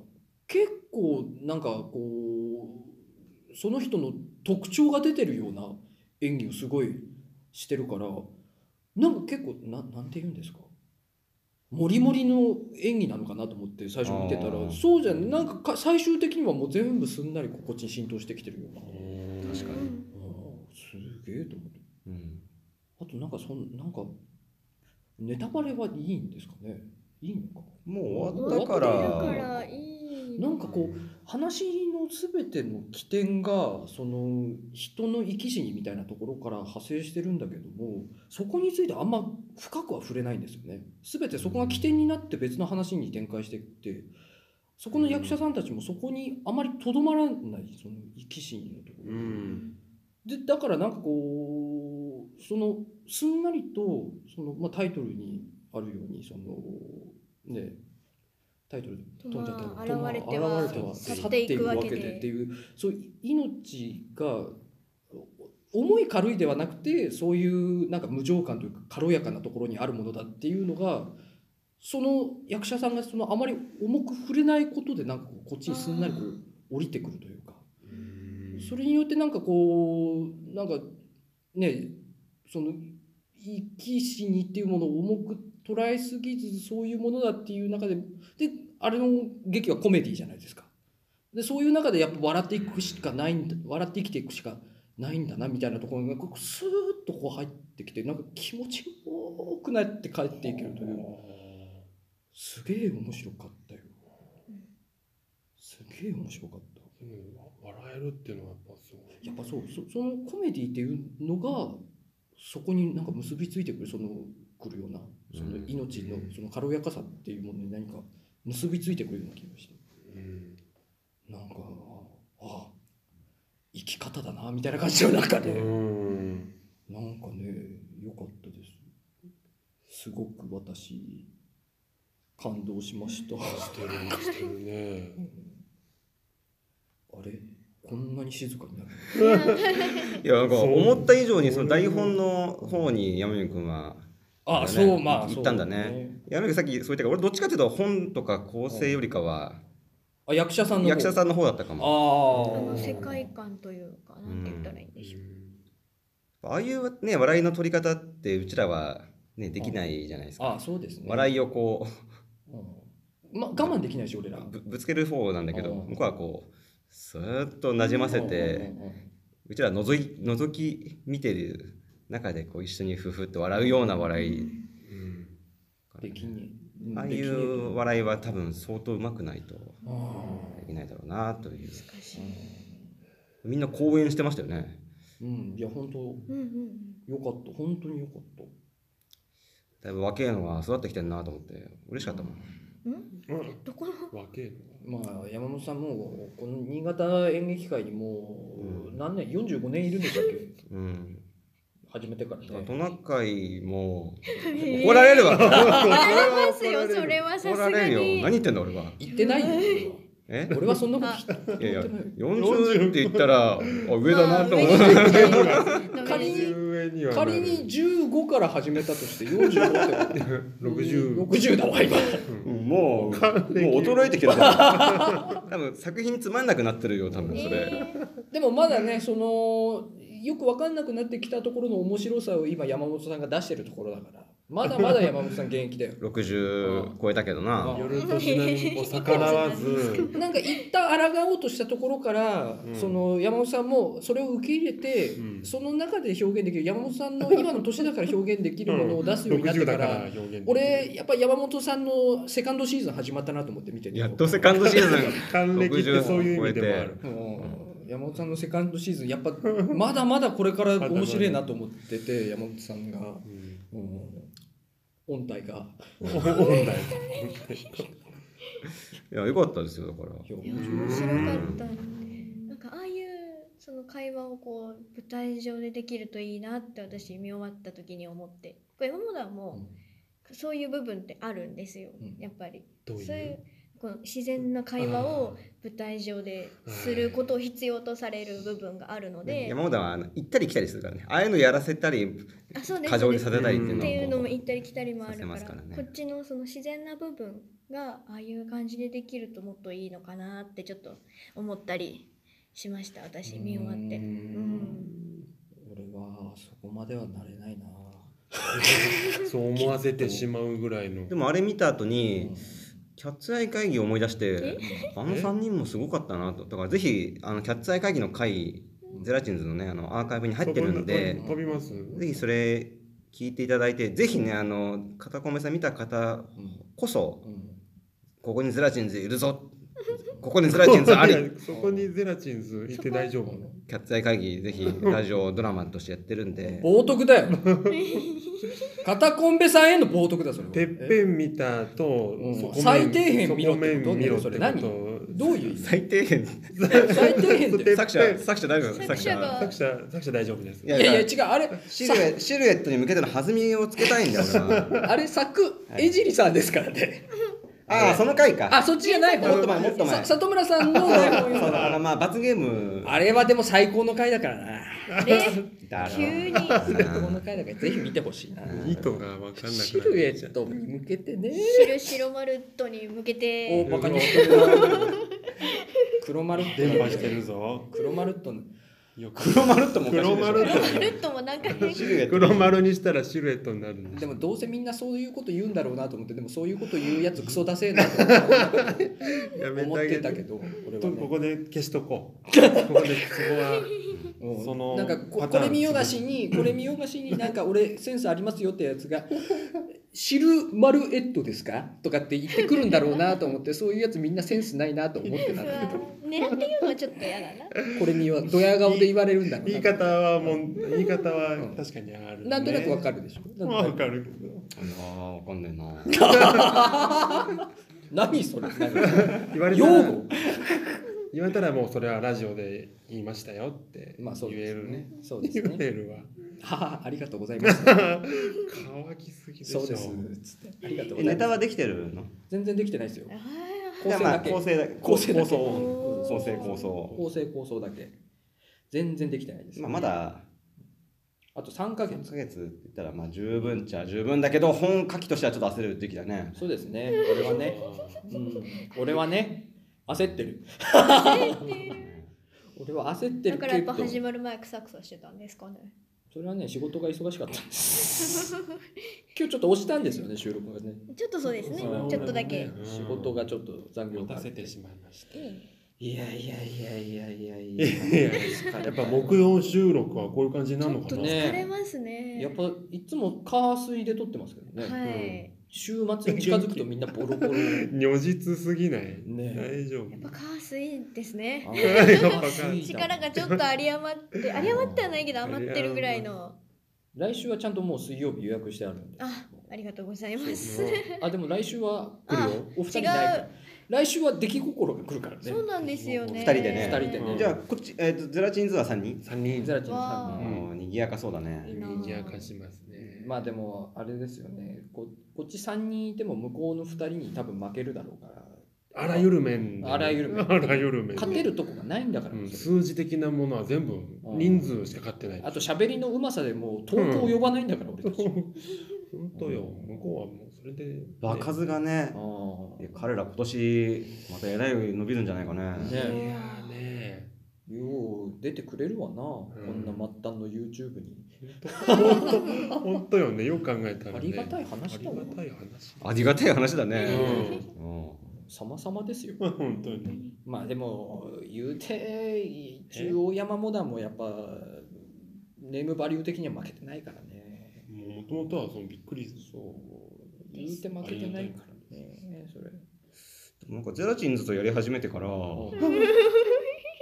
S3: 結構なんかこうその人の特徴が出てるような演技をすごいしてるからなんか結構ななんて言うんですかモリモリの演技なのかなと思って最初見てたら
S4: あー
S3: そうじゃんなんかか最終的にはもう全部すんなりこっちに浸透してきてるような。
S4: 確かに
S1: うん
S3: すげえと思って
S4: うん
S3: あとなんかそんなんかネタバレはいいんですかねいいのか
S4: もう終わったか
S1: だ
S3: 終わって
S1: か
S3: る
S4: ら。
S1: らいい
S3: なんかこう話の全ての起点がその人の生き死にみたいなところから派生してるんだけどもそこについてあんま深くは触れないんですよね全てそこが起点になって別の話に展開していってそこの役者さんたちもそこにあまりとどまらないその生き死にのところ
S2: うん
S3: でだからなんかこうそのすんなりとその、まあ、タイトルにあるようにそのねタイトル飛んじゃった
S1: まあ
S3: とまあ
S1: 現れては
S3: 現れては
S1: 去っていくわけで
S3: 去っていうそういう命が重い軽いではなくてそういうなんか無情感というか軽やかなところにあるものだっていうのがその役者さんがそのあまり重く触れないことでなんかこうこっちにすんなりこう降りてくるというか。それによってなんかこうなんかねその生き死にっていうものを重く捉えすぎずそういうものだっていう中でであれの劇はコメディじゃないですかでそういう中でやっぱ笑っていくしかないんだ笑って生きていくしかないんだなみたいなところがこうスーッとこう入ってきてなんか気持ちよくなって帰っていけるというすげえ面白かったよすげえ面白かった
S2: うん笑えるっていうのはやっぱすごい
S3: やっぱそうそそのコメディっていうのがそこになんか結びついてくるそのくるようなその
S4: うん
S3: 命のその軽やかさっていうものに何か結びついてくるような気がして
S2: うん
S3: なんかああ生き方だなみたいな感じの中で
S2: うん
S3: なんかね良かったですすごく私感動しました
S2: してるしてるね
S3: あれこんなに静かになる
S4: いやなんか思った以上にその台本の方に山く君は
S3: あ
S4: だね
S3: そうまあ
S4: 行ったんだね
S3: そう
S4: 山口さっきそう言ったけど俺どっちかっていうと本とか構成よりかは
S3: あ役者さんの方
S4: 役者さんの方だったか
S3: あ
S4: も
S1: あ
S3: あ
S1: の世界観というかなんて言ったらいいんでしょう
S4: ああいうね笑いの取り方ってうちらはねできないじゃないですか
S3: あそうですね
S4: 笑いをこ
S3: うんまあ、我慢できないし俺ら
S4: うぶぶつける方なんだけど
S3: うん
S4: 向こうはこうスーッとなじませてうちら覗い覗き見てる中でこう一緒にふふっと笑うような笑い
S3: できねえ
S4: ああいう笑いは多分相当うまくないとできないだろうなという
S1: 難しい。
S4: みんな講演してましたよね
S3: うんいや本当
S1: うんうん
S3: よかった本当によかった
S4: だいぶ若えのが育ってきてんなと思って嬉しかったもん
S1: うん。ん
S2: うん
S1: どこの
S2: わけの
S3: まあ山本さんもこの新潟演劇界にもう何年45年いるんでしたっけ
S4: うん
S3: 始めてからね
S4: トナカイも怒
S1: 怒
S4: られるわ
S1: られますよそれはさす
S4: 怒
S1: が
S4: ら
S1: に
S4: れるよ何言ってんだ俺は
S3: 行ってないよ
S4: え
S3: 俺は俺はそんなこと聞い
S4: いやいや
S3: てないよ
S4: 40って言ったらあ上だなと思う、
S1: まあ上ですよ
S3: 仮に
S2: 上にはなる
S3: 仮に15から始めたとして45っ てこと
S2: 60
S3: 60だわ今
S4: うん もうもう衰えてきてる から多分作品つまんなくなってるよ多分それ、
S1: えー
S3: でもまだねそのよく分かんなくなってきたところの面白さを今山本さんが出してるところだからまだまだ山本さん現役だよ
S4: 60超えたけどな
S2: 夜としなみを逆らわず
S3: なんか一旦抗おうとしたところから、
S2: うん
S3: その山本さんもそれを受け入れて、
S2: うん
S3: その中で表現できる山本さん の今の年だから表現できるものを出すようになって
S2: 60
S3: か,、
S2: だからら表現できる
S3: 俺やっぱ山本さんのセカンドシーズン始まったなと思って見てて
S4: やっとセカンドシー ズン
S2: 還暦ってそういう意味でもある
S3: うん山本さんのセカンドシーズンやっぱまだまだこれから面白いなと思ってて山本さんが。
S2: うん
S3: うん音体が
S2: 本来
S4: いやよかったですよだから
S1: いや面白かった。なんかああいうその会話をこう舞台上でできるといいなって私見終わった時に思って、これ今まではもうそういう部分ってあるんですよ
S3: うん。
S1: やっぱり
S2: どう
S1: そうい
S2: いう
S1: うこの自然な会話を舞台上ですることを必要とされる部分があるので、
S4: 山本はあの行ったり来たりするからねああいうのやらせたり
S1: あそうです
S4: 過剰にさせたりって
S1: そうですってい
S4: いう
S1: の
S4: うの
S1: も
S4: も
S1: 行ったり来たりもあるか
S4: させま
S1: ら
S4: すからね
S1: こっちのその自然な部分がああいう感じでできるともっといいのかなってちょっと思ったりしました私見終わって。
S3: う
S1: うんん
S3: 俺はそこまではなれないな
S2: そう思わせてしまうぐらいの
S4: でもあれ見た後に、
S3: うん
S4: キャッツアイ会議を思い出してあの3人もすごかったなとだからぜひあのキャッツアイ会議の会ゼラチンズのねあのアーカイブに入ってるんで
S2: 飛びます
S4: ぜひそれ聞いていただいてぜひねあの片込さん見た方こそ
S3: うん
S4: ここにゼラチンズいるぞここにゼラチンズあ り
S2: そこにゼラチンズいて大丈夫
S4: キャッツアイ会議ぜひラジオドラマとしてやってるんで
S3: 冒涜 だよ片コンベさんへの冒涜だそれは
S2: てっぺん見た後
S3: うん
S2: 底面
S3: 最底辺見ろってこと
S2: 底面見ろってこと
S3: それ何どういう意味
S4: 最低限
S3: 最底辺って
S2: てっぺん
S4: 作者作者大丈夫
S1: 作者が
S2: 作者作者大丈夫です
S4: い
S3: いやいや
S4: や
S3: 違うあれ
S4: シルエシルエットに向けての弾みをつけたいんだよな
S3: あれ作江尻さんですからね
S4: ああその回か
S3: あそっちじゃない方
S4: もっと前もっと前
S3: さ里村 さんの台本
S4: そうだからまあ罰ゲーム
S3: あれはでも最高の回だからな
S1: で
S4: だろう
S1: 急に
S3: 最高の回だからぜひ見てほしいな
S2: 意図が分かんなくな
S3: シルエットに向けてね
S1: 白白マルットに向け
S3: 大
S1: て
S3: バカにしてるな黒丸って
S2: 電波して るぞ
S3: 黒丸との
S2: よく
S4: 黒丸ともおかしいでし
S2: 黒
S4: ょ
S2: 丸
S1: マルットもなん か変
S4: シルエット
S2: 黒丸にしたらシルエットになるん
S3: で
S2: で
S3: もどうせみんなそういうこと言うんだろうなと思ってでもそういうこと言うやつクソダセえなと
S2: やめ
S3: 思
S2: てあげ
S3: って
S2: て
S3: た けど俺は
S2: とこ
S3: ね
S2: こで消しとこ うここでそこは
S3: うん
S2: その
S3: なんかこ
S2: パタ
S3: こ
S2: ーン
S3: れ見よがしにこれ見よがしになんか俺センスありますよってやつが「シルマルエットですか?」とかって言ってくるんだろうなと思ってそういうやつみんなセンスないなと思ってたんだ けど
S1: 狙って言うのはちょっと嫌だな。
S3: これ見ようドヤ顔で言われるんだろう
S2: 言い
S3: な
S2: 方はもう言い方は確かにあるね
S3: なんとなくわかるでしょなんとな
S2: わ
S3: く
S2: かる
S4: ああわかんないな
S3: 何 それ
S2: 言われた
S3: 用
S2: ら
S3: 語
S2: 言われたらもうそれはラジオで言いましたよって
S3: まあそう
S2: 言
S3: で
S2: え
S3: す
S2: るね
S3: ねそうです
S2: 言
S3: ね
S2: えるわ
S3: はあありがとうござ います
S2: 乾きすぎでしょ
S3: そうですつってありがとう
S4: え
S3: ござい
S4: ネタ
S3: ま
S4: は
S3: す
S4: できてるの
S3: 全然できてないですよ
S1: あ
S3: 構成
S4: い
S3: だけ
S4: やまあ構成だけ
S3: 構成だけ
S4: 構想
S1: おー
S4: 構成構想
S3: 構成構想だけ全然できてないです、
S4: まあまだ
S3: あと3ヶ
S4: 3
S3: 月
S4: ヶ月って言ったらまあ十分っちゃ十分だけど本書きとしてはちょっと焦る時期だね
S3: そうですね俺はね、うん、俺はね焦ってる俺は焦って
S1: ーだ
S3: る
S1: からやっ
S3: け
S1: ぱ
S3: ど
S1: 始まる前クサクサしてたんです かね。
S3: それはね仕事が忙しかったんです今日ちょっと押したんですよね収録がね
S1: ちょっとそうですね
S3: そう。
S1: ちょっとだけ。
S2: うん
S3: 仕事がちょっと残業
S2: 持
S3: が
S2: た
S3: あっ
S2: せ
S3: て
S2: てしまいました
S3: いやいやいやいやいやいや
S2: いややっぱ木曜収録はこういう感じになるのか
S1: ちょっ
S2: な、
S1: と
S3: ね
S1: 疲れますね。
S3: やっぱいつも火水で撮ってますけどね、
S1: はい。
S3: 週末に近づくとみんなボロボロね
S2: 如実すぎない大丈夫
S1: やっぱカースインですね。力
S3: 力
S1: がちょっとあり余って、有り余ってはないけど余ってるぐらいの。
S3: 来週はちゃんともう水曜日予約してあるんで
S1: あ、ありがとうございます。
S3: あでも来週は来
S1: あ
S3: るよお二人いないから来週は出来心が来るからね
S1: そうなんですよね。
S4: 二人でね
S3: 二人でね
S4: じゃあこっちえっとゼラチンズは3人
S2: 3人
S3: ゼラチン
S1: わ
S3: さ
S1: あ
S3: ん
S4: うん賑やかそうだね
S2: にぎやかしますね、
S3: まあでもあれですよねここっち3人いても向こうの2人に多分負けるだろうから
S2: あらゆる面で
S3: あらゆる面
S2: あらゆる面で
S3: 勝てるとこがないんだから、
S2: うん
S3: それ
S2: 数字的なものは全部人数しか勝ってない
S3: あと喋りのうまさでもう遠く及ばないんだから、俺たち
S2: 本当よ向こうはもうそれで、
S4: 場数がね
S3: あ
S4: いや彼ら今年またえらい伸びるんじゃないか
S3: あ
S4: ね
S2: い
S3: ね
S2: やーね
S3: よう出てくれるわな、こんな末端の YouTube に
S2: 本当本当よねよく考えたら、ね、
S3: ありがたい話だ
S2: あ
S3: わ
S2: りがたい話
S4: ありがたい話だね
S2: う
S4: うん
S3: 様々ですよ
S2: ん本当に
S3: まあでも言うて中央山モダンもやっぱネームバリュー的には負けてないからね
S2: もともとはそのびっくり
S3: そう言うて負けてないからねそれ
S4: なんかゼラチンズとやり始めてから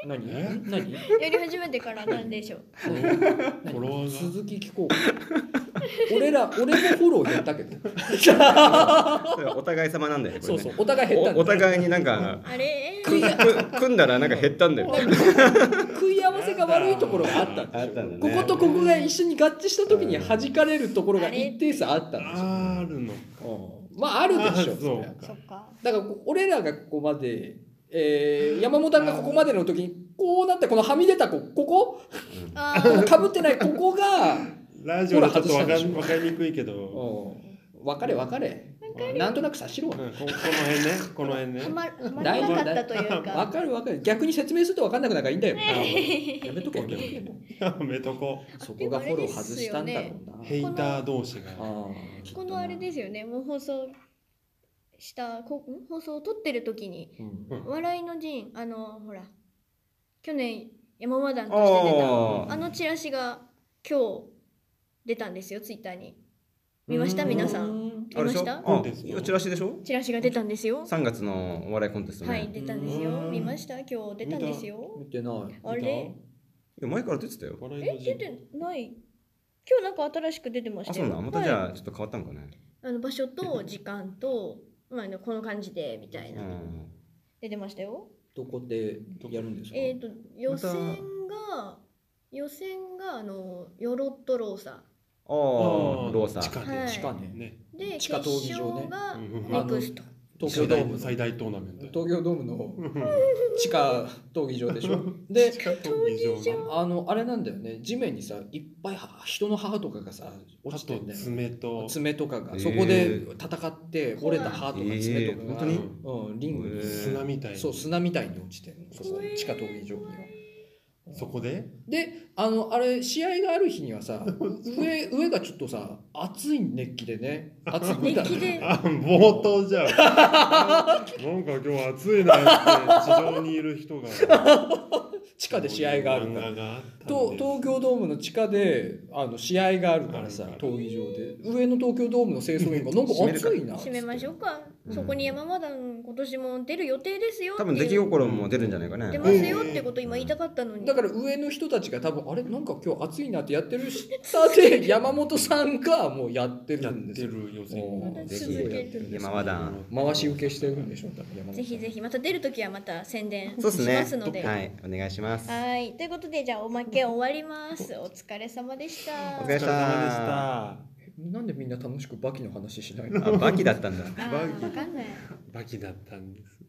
S3: 何
S2: え
S3: 何
S1: やり始めてからなんでしょう。
S2: フォロワーが
S3: 鈴木聞こう 俺ら俺もフォロー減ったけど
S4: それはお互い様なんだよねこ
S3: そ
S4: れ
S3: う
S4: ね
S3: そうお互い減ったん
S4: お
S3: だ
S4: お互いになんか
S1: あれ
S4: 組ん組んだらなんか減ったんだよ
S3: 食い合わせがが悪いところがあ ったんで
S4: あ
S3: す
S4: っ
S3: よ
S4: たんだ
S3: こ
S4: ね。
S3: ことここが一緒に合致した時に弾かれるところが一定数あったんですよ
S2: あるの。
S3: うんまああるでしょ
S2: あ
S3: う
S2: そう
S3: そりゃ
S1: そっか。
S3: だからこ俺らがここまで、えー、山本さんがここまでの時にこうなってこのはみ出たこここ
S1: あ
S3: このかぶってないここが、
S2: ラジオでちょっとわか
S3: ほら外したん
S2: ん
S3: で
S2: わかりにくいけど。
S3: うん、分かれ分かれ
S2: かる
S3: なんとなく察しろ
S2: うんここの辺ね、この
S1: あ、
S2: 辺ね
S1: は。まはまらなかったという
S3: わ
S1: か。
S3: かるわかる逆に説明すると分かんなくなるからいいんだよ、やめとけやめとけ
S2: やめとこ う。
S3: そこがフォロー外したんだろうな、
S2: ヘイター同士が。
S3: あー
S1: このあれですよね、もう放送した、こん放送を撮ってる時に、
S3: うん
S1: 笑いの陣、あの、ほら、去年、山和団として出た、あ
S4: あ
S1: のチラシが今日出たんですよ、ツイッターに。見ました皆さん
S3: ん
S4: あ。あ
S1: 見ま
S4: れでし
S1: し
S4: ょ
S1: た
S2: コンテンツ
S4: あチラシでしょ
S1: チラシが出たんですよ。
S4: ?3 月のお笑いコンテストね。
S1: はいい、出たんですよ。
S2: うん
S1: 見ました今日出たんですよ。
S3: 見てない
S1: あれ
S4: や前から出てたよ。
S2: 笑い
S1: え
S2: の、
S1: 出
S2: 陣
S1: てない今日なんか新しく出てまし
S4: あ、
S1: た
S4: そう
S1: よ。
S4: なんまたじ
S1: はい
S4: ゃあちょっと変わったんかね。
S1: あの場所と時間と、まああの、この感じでみたいうな。
S4: ん。
S1: 出てましたよ。
S3: どこでやるんですか、
S1: えっ、と、予選が、予選が、あの、ヨロットローサ。
S4: ああ、ローサ。
S2: 地下
S1: は
S2: で
S1: い
S2: 地
S3: 地下ね
S2: ね。
S1: で、決
S3: 地下闘技場
S1: 勝
S3: ね
S1: が
S2: うん
S1: ネクスト。
S3: 東
S2: 最
S3: 京ドー
S2: 大
S3: ム
S2: 最大トーナメントや。
S3: 東京ドームの
S2: うん
S3: 地下闘技場でしょ で
S2: 地下闘技場が。
S3: あのあれなんだよね地面にさいっぱいは人の歯とかがさ落
S2: あ
S3: ちてん
S2: と
S3: だよ
S2: 爪と。
S3: 爪とか
S4: え
S3: が
S4: ー
S3: そこで戦って折れた歯とか爪とかが、
S4: えー
S3: うん、リングに、
S4: えー
S2: 砂みたいに。
S3: そう砂みたいに落ちてるのそこ
S1: えー
S3: 地下闘技場には。
S2: そこで。
S3: であのあれ試合がある日に はさ上上がちょっとさ熱い熱気 でね熱いみたいな
S1: 熱気で
S2: あ、冒頭じゃん。なんか今日暑いなって、地上にいる人が。
S3: 地下で試合があるから
S2: 漫画があったん
S3: と
S2: で
S3: 東京ドームの地下であの試合があるからさ
S2: あるから
S3: 闘技場で上の東京ドームの清掃員がなんか暑いなっつって
S1: 締めましょうか。
S4: うん
S1: そこに山和団今年も出る予定ですよって
S4: 多
S1: いう。
S4: 分出来心も出るんじゃないか
S1: 出
S4: ね
S1: ま。すよってこと今言いたかったのに。
S3: だから上の人たちが多分あれなんか今日暑いなってやってる下 で山本さんがもうやって
S2: や
S3: る
S2: っ
S3: んです
S2: て
S3: よ
S2: る予選
S3: お
S1: ま
S3: ー
S1: た
S4: ぜ
S1: 続けるんです
S4: 山和団。
S3: 回し受けしてるんでしょ多分山本さ
S1: ぜ
S3: ん
S1: ひぜひまた出るときはまた宣伝し
S4: そう
S1: ま
S4: っすね
S1: すので。
S4: はい、お願いします。
S1: はいということでじゃあおまけ終わります。お疲れ様でした。
S4: お疲れ様でした。あ、
S3: なんでみんな楽しくバキの話しないの
S4: バキだったんだ。
S1: あーわかんない。
S2: バキだったんです